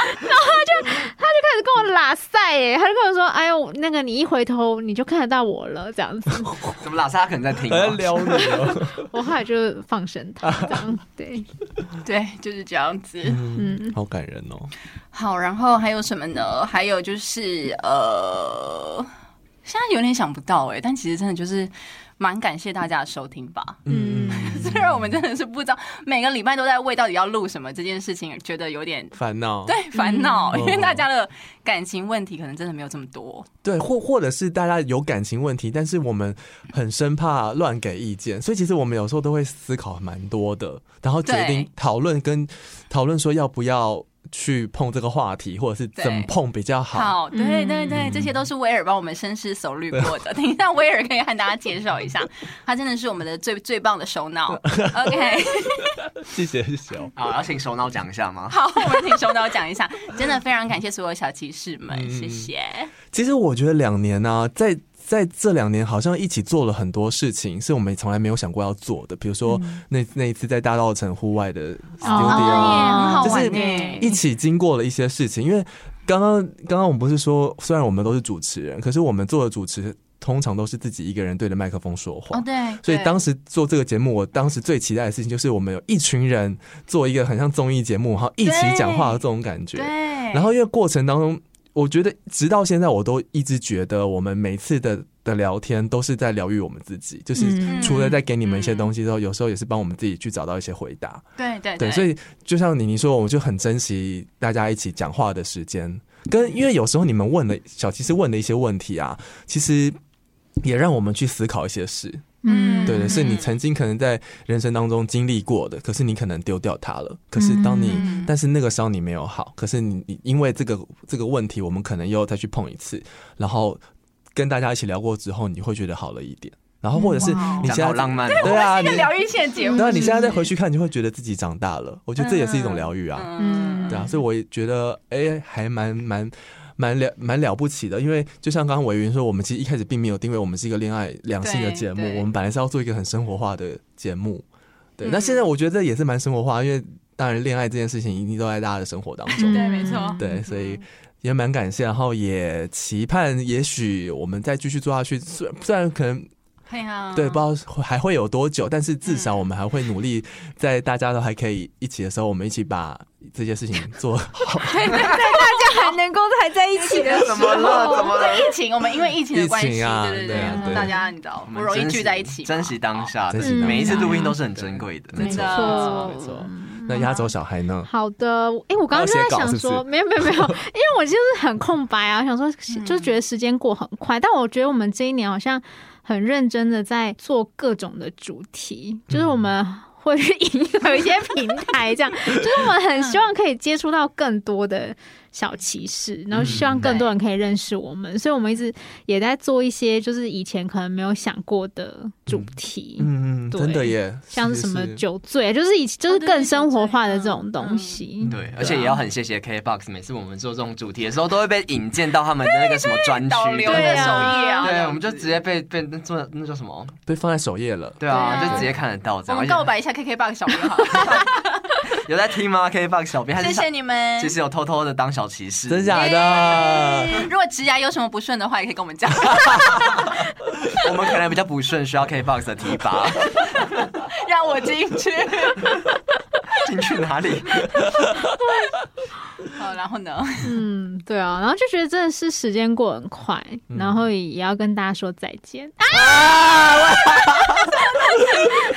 S2: 始跟我拉塞耶，他就跟我说：“哎呦，那个你一回头你就看得到我了。”这样子，
S1: 怎么老师他可能在听、
S4: 还在
S1: 哦？
S4: 撩你哦，
S2: 我后来就放生他这样。对，
S3: 对，就是这样子。
S4: 嗯，好感人哦。
S3: 好，然后还有什么呢？还有就是呃，现在有点想不到哎、但其实真的就是蛮感谢大家的收听吧。
S2: 嗯，
S3: 虽然我们真的是不知道每个礼拜都在为到底要录什么这件事情，觉得有点
S4: 烦恼，
S3: 对烦恼，
S4: 嗯
S3: 因为大家的感情问题可能真的没有这么多。
S4: 对，或或者是大家有感情问题，但是我们很生怕乱给意见，所以其实我们有时候都会思考蛮多的，然后决定
S3: 对
S4: 讨论跟讨论说要不要去碰这个话题，或者是怎么
S3: 对
S4: 碰比较好。嗯
S3: 好，对对对，这些都是威尔帮我们深思熟虑过的。等 一下，威尔可以和大家介绍一下，他真的是我们的最最棒的首 脑。OK，
S4: 谢谢谢谢哦，
S1: 好，要请首脑讲一下吗？
S3: 好，我们请首脑讲一 下，真的非常感谢所有小骑士们，
S4: 嗯
S3: 谢谢。
S4: 其实我觉得两年呢、在在这两年好像一起做了很多事情，是我们从来没有想过要做的，比如说那、那一次在大稻城户外的 studio，、
S2: 哦
S3: 耶很好
S4: 啊就是
S3: 玩耶
S4: 一起经过了一些事情，因为刚刚刚刚我们不是说，虽然我们都是主持人，可是我们做的主持通常都是自己一个人对着麦克风说话。
S3: 哦，对，
S4: 所以
S3: 对
S4: 当时做这个节目，我当时最期待的事情就是我们有一群人做一个很像综艺节目，然后一起讲话的这种感觉
S3: 对。，
S4: 然后因为过程当中，我觉得直到现在我都一直觉得我们每次的的聊天都是在疗愈我们自己，就是
S2: 嗯
S4: 除了在给你们一些
S3: 嗯
S4: 东西之后，有时候也是帮我们自己去找到一些回答。
S3: 对对
S4: 对，
S3: 对，
S4: 所
S3: 以
S4: 以就像你你说，我就很珍惜大家一起讲话的时间，跟因为有时候你们问的小骑士问的一些问题啊，其实也让我们去思考一些事。
S2: 嗯，
S4: 对对，是你
S3: 嗯
S4: 曾经可能在人生当中经历过的，可是你可能丢掉它了。可是当你，
S3: 嗯
S4: 但是那个伤你没有好，可是你你因为这个这个问题，我们可能又再去碰一次，然后跟大家一起聊过之后，你会觉得好了一点。然后或者是
S2: 哇哦
S4: 你
S1: 讲
S4: 现
S1: 得好
S4: 在
S1: 浪漫、
S4: 对
S1: 哦。
S4: 啊，你
S3: 一个疗愈线
S2: 嗯
S3: 节目，
S4: 当然，你现在再回去看，你会觉得自己长大了。我觉得这也是一种疗愈啊，
S2: 嗯
S4: 对啊，所以我也觉得，哎、还蛮蛮蛮了蛮了不起的，因为就像刚刚委员说，我们其实一开始并没有定位我们是一个恋爱两性的节目
S3: 对，对
S4: 我们本来是要做一个很生活化的节目。对，
S3: 嗯
S4: 那现在我觉得也是蛮生活化，因为当然恋爱这件事情一定都在大家的生活当 中。
S3: 对没错
S2: 嗯
S4: 对，所以也蛮感谢，然后也期盼，也许我们再继续做下去，虽虽然可能
S3: 对啊，
S4: 对，不知道会还会有多久，但是至少我们还会努力，
S3: 嗯
S4: 在大家都还可以一起的时候，我们一起把这些事情做好。
S2: 大家还能够还在一起的时
S1: 怎么了？怎么了？
S3: 疫 情，我们因为疫情的关系，
S4: 疫情啊
S3: 对
S4: 对啊
S3: 对，
S4: 对
S3: 大家你知道
S1: 我
S3: 不
S1: 们
S3: 容易
S1: 珍惜
S3: 聚在一起嘛，嗯
S1: 珍惜当下，
S4: 珍
S1: 珍
S4: 惜
S1: 惜
S4: 当下
S1: 每一次录音都是很珍贵的。
S4: 没
S3: 真
S4: 错，
S3: 的
S4: 没错。
S3: 嗯
S4: 那丫头小孩呢？
S2: 好的，哎、我刚刚就在想
S4: 还有写稿是
S2: 说，
S4: 不
S2: 没有没有没有，因为我就是很空白啊，我想说就觉得时间过很快，但我觉得我们这一年好像很认真的在做各种的主题，就是我们。会去迎合一些平台，这样就是我们很希望可以接触到更多的小骑士，然后希望更多人可以认识我们，所以我们一直也在做一些就是以前可能没有想过的主题。
S4: 嗯嗯，
S2: 对
S4: 真的耶，
S2: 像是什么
S4: 是
S2: 酒醉，就是以就是
S3: 哦对对
S2: 更生活化的
S3: 酒
S2: 这
S3: 醉
S2: 种东
S3: 嗯
S2: 西。
S4: 啊
S1: 对，而且也要很谢谢 KBox，每次我们做这种主题的时候，都会被引荐到他们的那个什么专
S3: 导
S1: 区
S3: 流的
S2: 对
S3: 首
S2: 啊
S3: 页啊，这
S1: 对，
S3: 样
S1: 我们就直接被被那做那叫什么？
S4: 被放在首页了。
S1: 对啊，
S3: 对啊
S1: 就直接看得到这样。
S3: 我们
S1: 而且
S3: 告白一下 KKBOX 小编好了，
S1: 有在听吗？KBox 小编还
S3: 谢
S1: 是
S3: 谢你们
S1: 其。实有偷偷的当小骑士，
S4: 真假的？
S3: 如果职涯有什么不顺的话，也可以跟我们讲。
S1: 我们可能比较不顺，需要 KBox 的提 拔。
S3: 让我进去。
S1: 进去哪里？
S3: 好，然后呢？
S2: 嗯，对啊，然后就觉得真的是时间过很快，然后也要跟大家说再见。
S3: 啊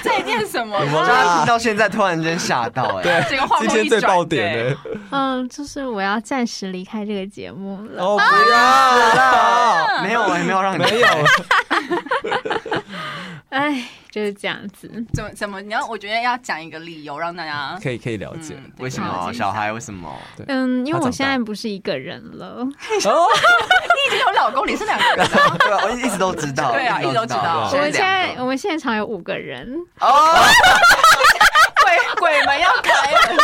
S3: 再见什么？啊
S1: 我刚刚听到现在，突然间吓到哎。
S3: 这个话锋
S4: 今天
S3: 一
S4: 最
S3: 转，
S4: 爆点
S3: 对
S4: 呢？
S2: 嗯，就是我要暂时离开这个节目了。
S4: 哦，不要 啦，
S1: 没有，没有让你
S4: 没有。
S2: 哎，就是这样子。
S3: 怎么怎么？你要我觉得要讲一个理由让大家。
S4: 可以可以了解。
S3: 嗯
S1: 为什么
S3: 了解
S1: 小孩？为什么？
S2: 嗯，因为
S4: 他
S2: 我
S4: 长
S2: 现
S4: 大
S2: 在不是一个人了。
S4: 哦，
S3: 你已经有老公，你是两个 人了。
S1: 对啊，我一直都知道，
S3: 对啊
S4: 一直都知道
S2: 我
S4: 对
S2: 们现在我们现场有五个人，
S1: 哦，
S3: 鬼鬼门要开了，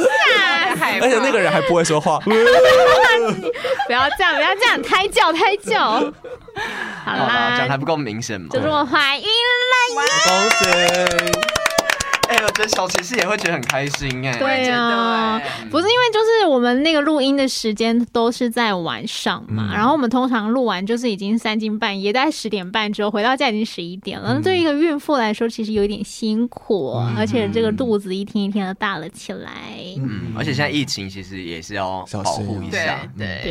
S3: 害怕
S4: 而且那个人还不会说话。
S3: 嗯
S2: 不要这样，不要这样，胎教胎教。好
S1: 好啦讲得还
S2: 啦，
S1: 不够明显嘛
S2: 就。是我怀孕了。
S4: 恭喜！
S1: 哎，我觉得小骑士也会觉得很开心哎。
S3: 我也
S2: 对
S3: 觉
S2: 啊
S3: 得哎，
S2: 不是因为就是我们那个录音的时间都是在晚上嘛，
S4: 嗯
S2: 然后我们通常录完就是已经三更半夜，大概十点半之后回到家已经十一点
S4: 嗯
S2: 了。那、对于一个孕妇来说，其实有一点辛苦，而且这个肚子一天一天的大了起来。
S1: 嗯，而且现在疫情其实也是要
S4: 小
S1: 保
S4: 心
S1: 护一
S4: 一
S1: 下嗯
S3: 对。对，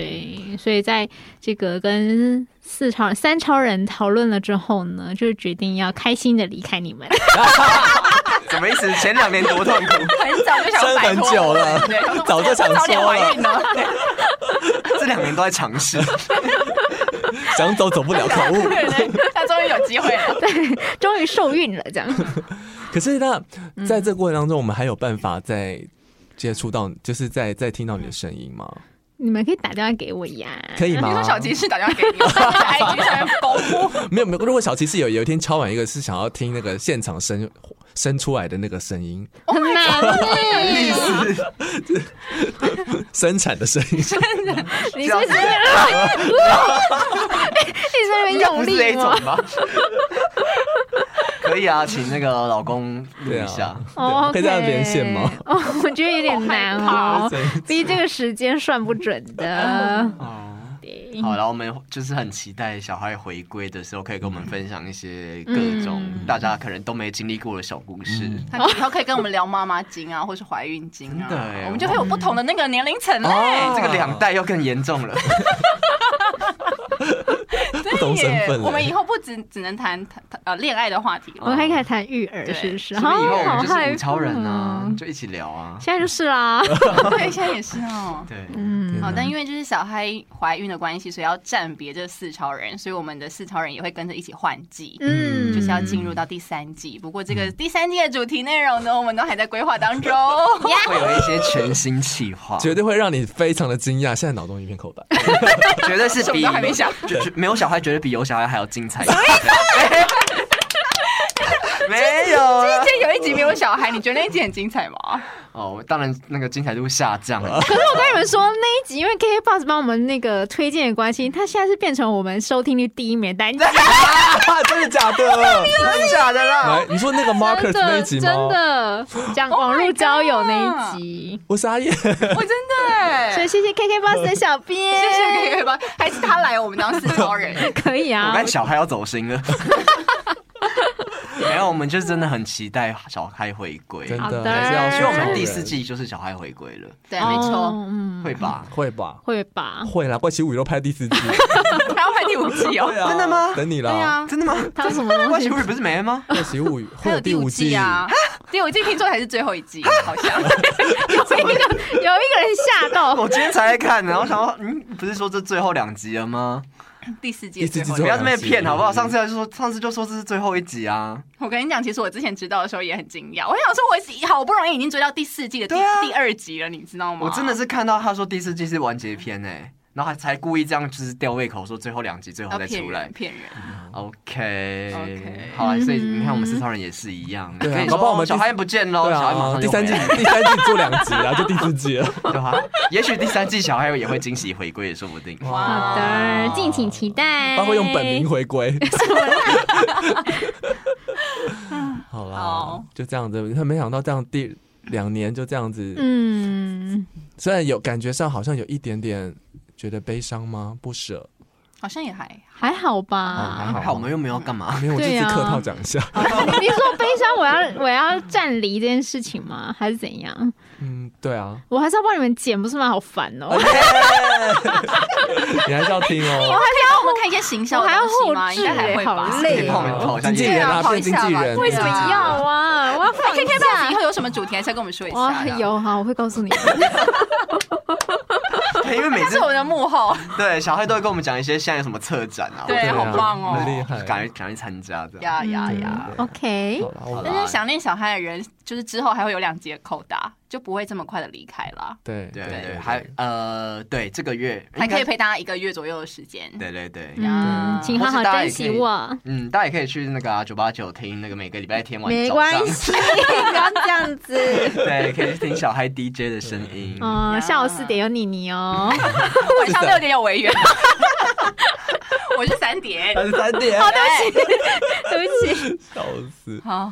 S2: 对，所以在这个跟四超三超人讨论了之后呢，就是决定要开心的离开你 们。
S1: 什么意思？前两年多痛苦，
S3: 很早就想
S4: 撑
S3: 摆
S4: 很
S3: 脱
S4: 久了
S3: 对，我说
S4: 早就想
S3: 我早点
S4: 说
S3: 怀孕
S4: 了，
S3: 呢。对
S1: 这两年都在尝试。
S4: 想走走不了，可恶。
S3: 对对，他终于有机会了。
S2: 终于受孕了，这样。
S4: 可是那在这过程当中，我们还有办法再接触到，就是再再听到你的声音吗？
S2: 你们可以打电话给我呀，
S4: 可以吗
S3: 你说？小骑士打电话给 你，我在 IG 上面公布，
S4: 没有没有，如果小骑士有有一天敲完一个，是想要听那个现场声生出来的那个声音，
S2: 很
S4: 哦
S2: 难呢。
S4: 生产的声音，
S2: 你是真的，你是
S1: 不
S2: 用
S1: 是这一
S2: 力哦
S1: 种
S2: 吗？
S1: 吧？可以啊，请那个老公录一下。
S4: 啊
S2: 哦，
S4: 可以这样连线吗？
S2: 哦，我觉得有点难哦
S4: 好害怕，
S2: 毕竟这个时间算不准的。
S4: 啊
S1: 哦，
S2: 对
S1: 好，然后我们就是很期待小孩回归的时候，可以跟我们分享一些各种
S2: 嗯
S1: 大家可能都没经历过的小故事。
S4: 嗯
S3: 他他可以跟我们聊妈妈经啊，或是怀孕经
S1: 真的
S3: 啊
S1: 哎，
S3: 我们就会有不同的那个年龄层嘞。
S4: 哦
S1: 这个两代又更严重了，
S4: 不同身份了欸
S3: 我们以后不只只能谈谈谈呃恋爱的话题
S2: 我
S3: 了。
S2: 们还可以谈育儿，是不是？哦
S1: 所以以后我
S2: 好
S1: 们就是
S2: 害
S1: 五
S2: 怕
S1: 超人啊
S2: 哦，
S1: 就一起聊啊。
S2: 现在就是啦。
S3: 对，现在也是 哦。
S1: 对，
S2: 嗯，
S3: 好，但因为就是小孩怀孕的关系，所以要暂别这四超人，所以我们的四超人也会跟着一起换季，
S2: 嗯，
S3: 就是要进入到第三季。不过这个第三季的主题内容呢，我们都还在规划当中。
S1: 会有一些全新企划，
S4: 绝对会让你非常的惊讶。现在脑中一片空白。
S1: 绝对是
S3: 什么
S1: 比
S3: 都还没想
S1: 绝绝没有小孩，绝对比有 小孩还要精彩。没有啊，啊
S3: 这有一集没有有小孩，你觉得那一集很精彩吗？
S1: 哦，当然那个精彩度下降了。
S2: 可是我跟你们说，那一集因为 KK Box 帮我们那个推荐的关系，它现在是变成我们收听率第一名的单集，
S4: 啊真的假的？
S1: 真假的啦？
S4: 来，你说那个 Marcus
S2: 真
S4: 那一
S2: 的
S4: 集
S2: 真
S4: 吗？
S2: 的讲
S3: Oh my
S2: 网络交友
S3: God
S2: 那一集，
S4: 我傻眼。
S3: 我真的哎
S2: 所以谢谢 KK Box 的小编，
S3: 谢谢 K K 吧，还是他来我们当四超人？
S2: 可以
S1: 我
S2: 啊，
S1: 跟小孩要走心了。 没有，我们就是真的很期待小孩回归。
S4: 真
S2: 好
S4: 的
S2: 的
S4: 还是要
S1: 因
S4: 去
S1: 为
S4: 找
S1: 我
S4: 人，
S1: 们第四季就是小孩回归了，
S3: 对，
S2: 哦
S3: 没错，，
S2: 嗯，
S1: 会吧？
S4: 会吧？
S2: 会吧，
S4: 会啦，怪奇物语都拍第四季，
S3: 他要拍第五季哦。
S4: 对啊
S1: 真的吗
S4: 等你
S3: 对
S4: 啦，
S3: 啊，
S1: 真的 吗？
S2: 他 什么东
S1: 怪
S2: 西
S1: 奇物？语不是没了吗？
S4: 怪奇物语会
S3: 还
S4: 有
S3: 有第
S4: 五
S3: 五季啊，第五季听说才是最后一季，好像。
S2: 有一 个有一个人吓 到，
S1: 我今天才在看，然后想说，嗯，不是说这最后两集了吗？
S3: 第四季的
S4: 第四
S3: 最
S4: 季
S3: 后
S4: 最
S3: 一
S4: 后
S1: 不
S3: 集。
S1: 要这么骗好不好？
S4: 嗯
S1: 上次就说，上次就说这是最后一集啊。
S3: 我跟你讲，其实我之前知道的时候也很惊讶，我想说我好不容易已经追到第四季的第
S1: 对啊
S3: 第二集了，你知道吗？
S1: 我真的是看到他说第四季是完结篇哎、然后还才故意这样就是吊胃口，说最后两集最后
S3: 要
S1: 再
S3: 骗
S1: 出来
S3: 人。骗人。
S1: OK，,
S3: OK
S1: 好啊，所以
S2: 嗯
S1: 你看我们四超人也是一样，
S4: 对啊
S1: 可以
S4: 搞不好
S1: 说
S4: 我们第
S1: 小
S4: 四
S1: 孩不见喽，
S4: 对
S1: 小孩马
S4: 啊，
S1: 上
S4: 第
S1: 就
S4: 三
S1: 回
S4: 季
S1: 来，
S4: 第三季做两集啦，就第四季了。
S1: 对吧？也许第三季小孩也会惊喜回归也说不定。
S4: 哇
S2: 好的，敬请期待。
S4: 他会用本名回归。 好啦
S3: 好，
S4: 就这样子。他没想到这样第两年就这样子，
S2: 嗯，
S4: 虽然有感觉上好像有一点点觉得悲伤吗？不舍，
S3: 好像也还
S2: 还好
S4: 啊
S2: 吧。
S1: 还好我们又没有要干嘛，
S4: 没有，我这
S2: 对
S4: 次
S2: 啊
S4: 客套讲一下。
S2: 你是说悲伤，我要我要站离这件事情吗？还是怎样？
S4: 嗯，对啊，哎
S2: 我还是要帮你们剪，不是吗？好烦
S3: 哎
S2: 哦、
S4: 你还是要听哦。
S3: 还要我们看一些行销的
S2: 我还要
S3: 东西吗？
S2: 后置
S3: 应该还会
S2: 欸好
S3: 吧？
S2: 累
S1: 可以泡面泡一下
S4: 经纪
S1: 也
S4: 人啊，
S3: 对啊
S4: 变经纪
S3: 跑一下吧
S4: 人，
S2: 为什么要啊？我要放
S3: 可以看哎到以
S2: 假。
S3: 后有什么主题，还是要跟我们说一下。
S2: 哇，
S3: 这样，
S2: 有哈，我会告 诉你。
S1: 因为每
S3: 他
S1: 次
S3: 是我的幕 后，
S1: 对小孩都会跟我们讲一些现在有什么策展啊，
S3: 对
S4: 对啊
S3: 好棒哦
S4: 很厉害。
S1: 赶快赶快参加的。
S3: 哎呀呀呀！
S2: 嗯 OK，
S4: 好啦我
S1: 好
S3: 但
S1: 啦
S3: 是想念小孩的人，就是之后还会有两节扣打，就不会这么快的离开啦。
S4: 对
S1: 对对，对还呃对这个月
S3: 还可以
S1: 应该
S3: 陪大家一个月左右的时间。
S1: 对对对，
S2: 嗯，请好好珍惜我。
S1: 嗯，大家也可以去那个九八九听那个每个礼拜天晚
S2: 没
S1: 早上
S2: 关，系，不要这样子。
S1: 对，可以去听小嗨 DJ 的声音。
S2: 嗯，下午四点有妮妮 哦。
S3: 晚上六点有 维园， 我是三点。
S1: 呃
S4: 三三点，
S2: 对不起，
S4: 笑死。
S3: 好，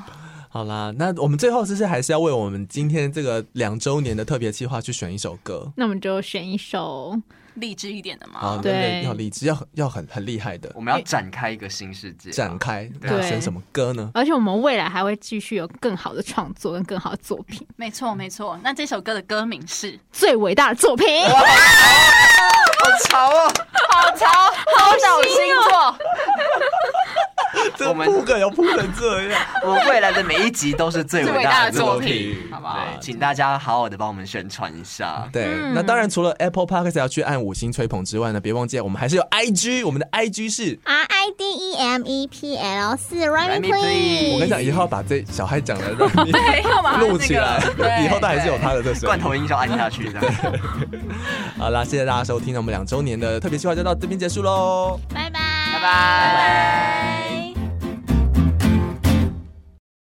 S4: 好啦，那我们最后是不是还是要为我们今天这个两周年的特别计划去选一首歌？
S2: 那我们就选一首。
S3: 励志一点的
S4: 啊
S3: 嘛，，
S4: 那
S2: 对
S4: 要理智，要很要很很厉害的
S1: 我们要展开一个新世界，
S4: 展开，
S1: 对
S4: 那选什么歌呢？
S2: 而且我们未来还会继续有更好的创作跟更好的作品，
S3: 没错没错。那这首歌的歌名是
S2: 最伟大的作品。
S1: 好潮哦！
S3: 好潮，好找
S4: 哦
S3: 星
S5: 哦
S3: 座，
S4: 这
S1: 我们
S4: 铺梗要铺成这样，
S1: 我们未来的每一集都是最伟大的作
S4: 最伟大的作
S1: 品
S4: 品，
S3: 好不好
S1: 对，？请大家好好的帮我们宣传一下。
S4: 对，
S2: 嗯
S4: 那当然除了 Apple Podcast 要去按五星吹捧之外呢，别忘记我们还是有 IG，我们的 IG 是。
S5: R I D E M E P L 四 Rhyme
S1: Rhyme
S2: 哎
S1: Please
S4: 我跟
S5: Please。
S4: 你讲，以后要把这小孩讲的让你
S3: 对，要把它
S4: 录
S3: 这
S4: 起来
S3: 个 对，
S4: 以后他还是有他的这声
S1: 罐
S4: 音。
S1: 头音效按下去，这样。
S4: 好啦，谢谢大家收听，那我们两周年的特别计划就到这边结束喽。
S5: 拜拜。
S1: 拜拜。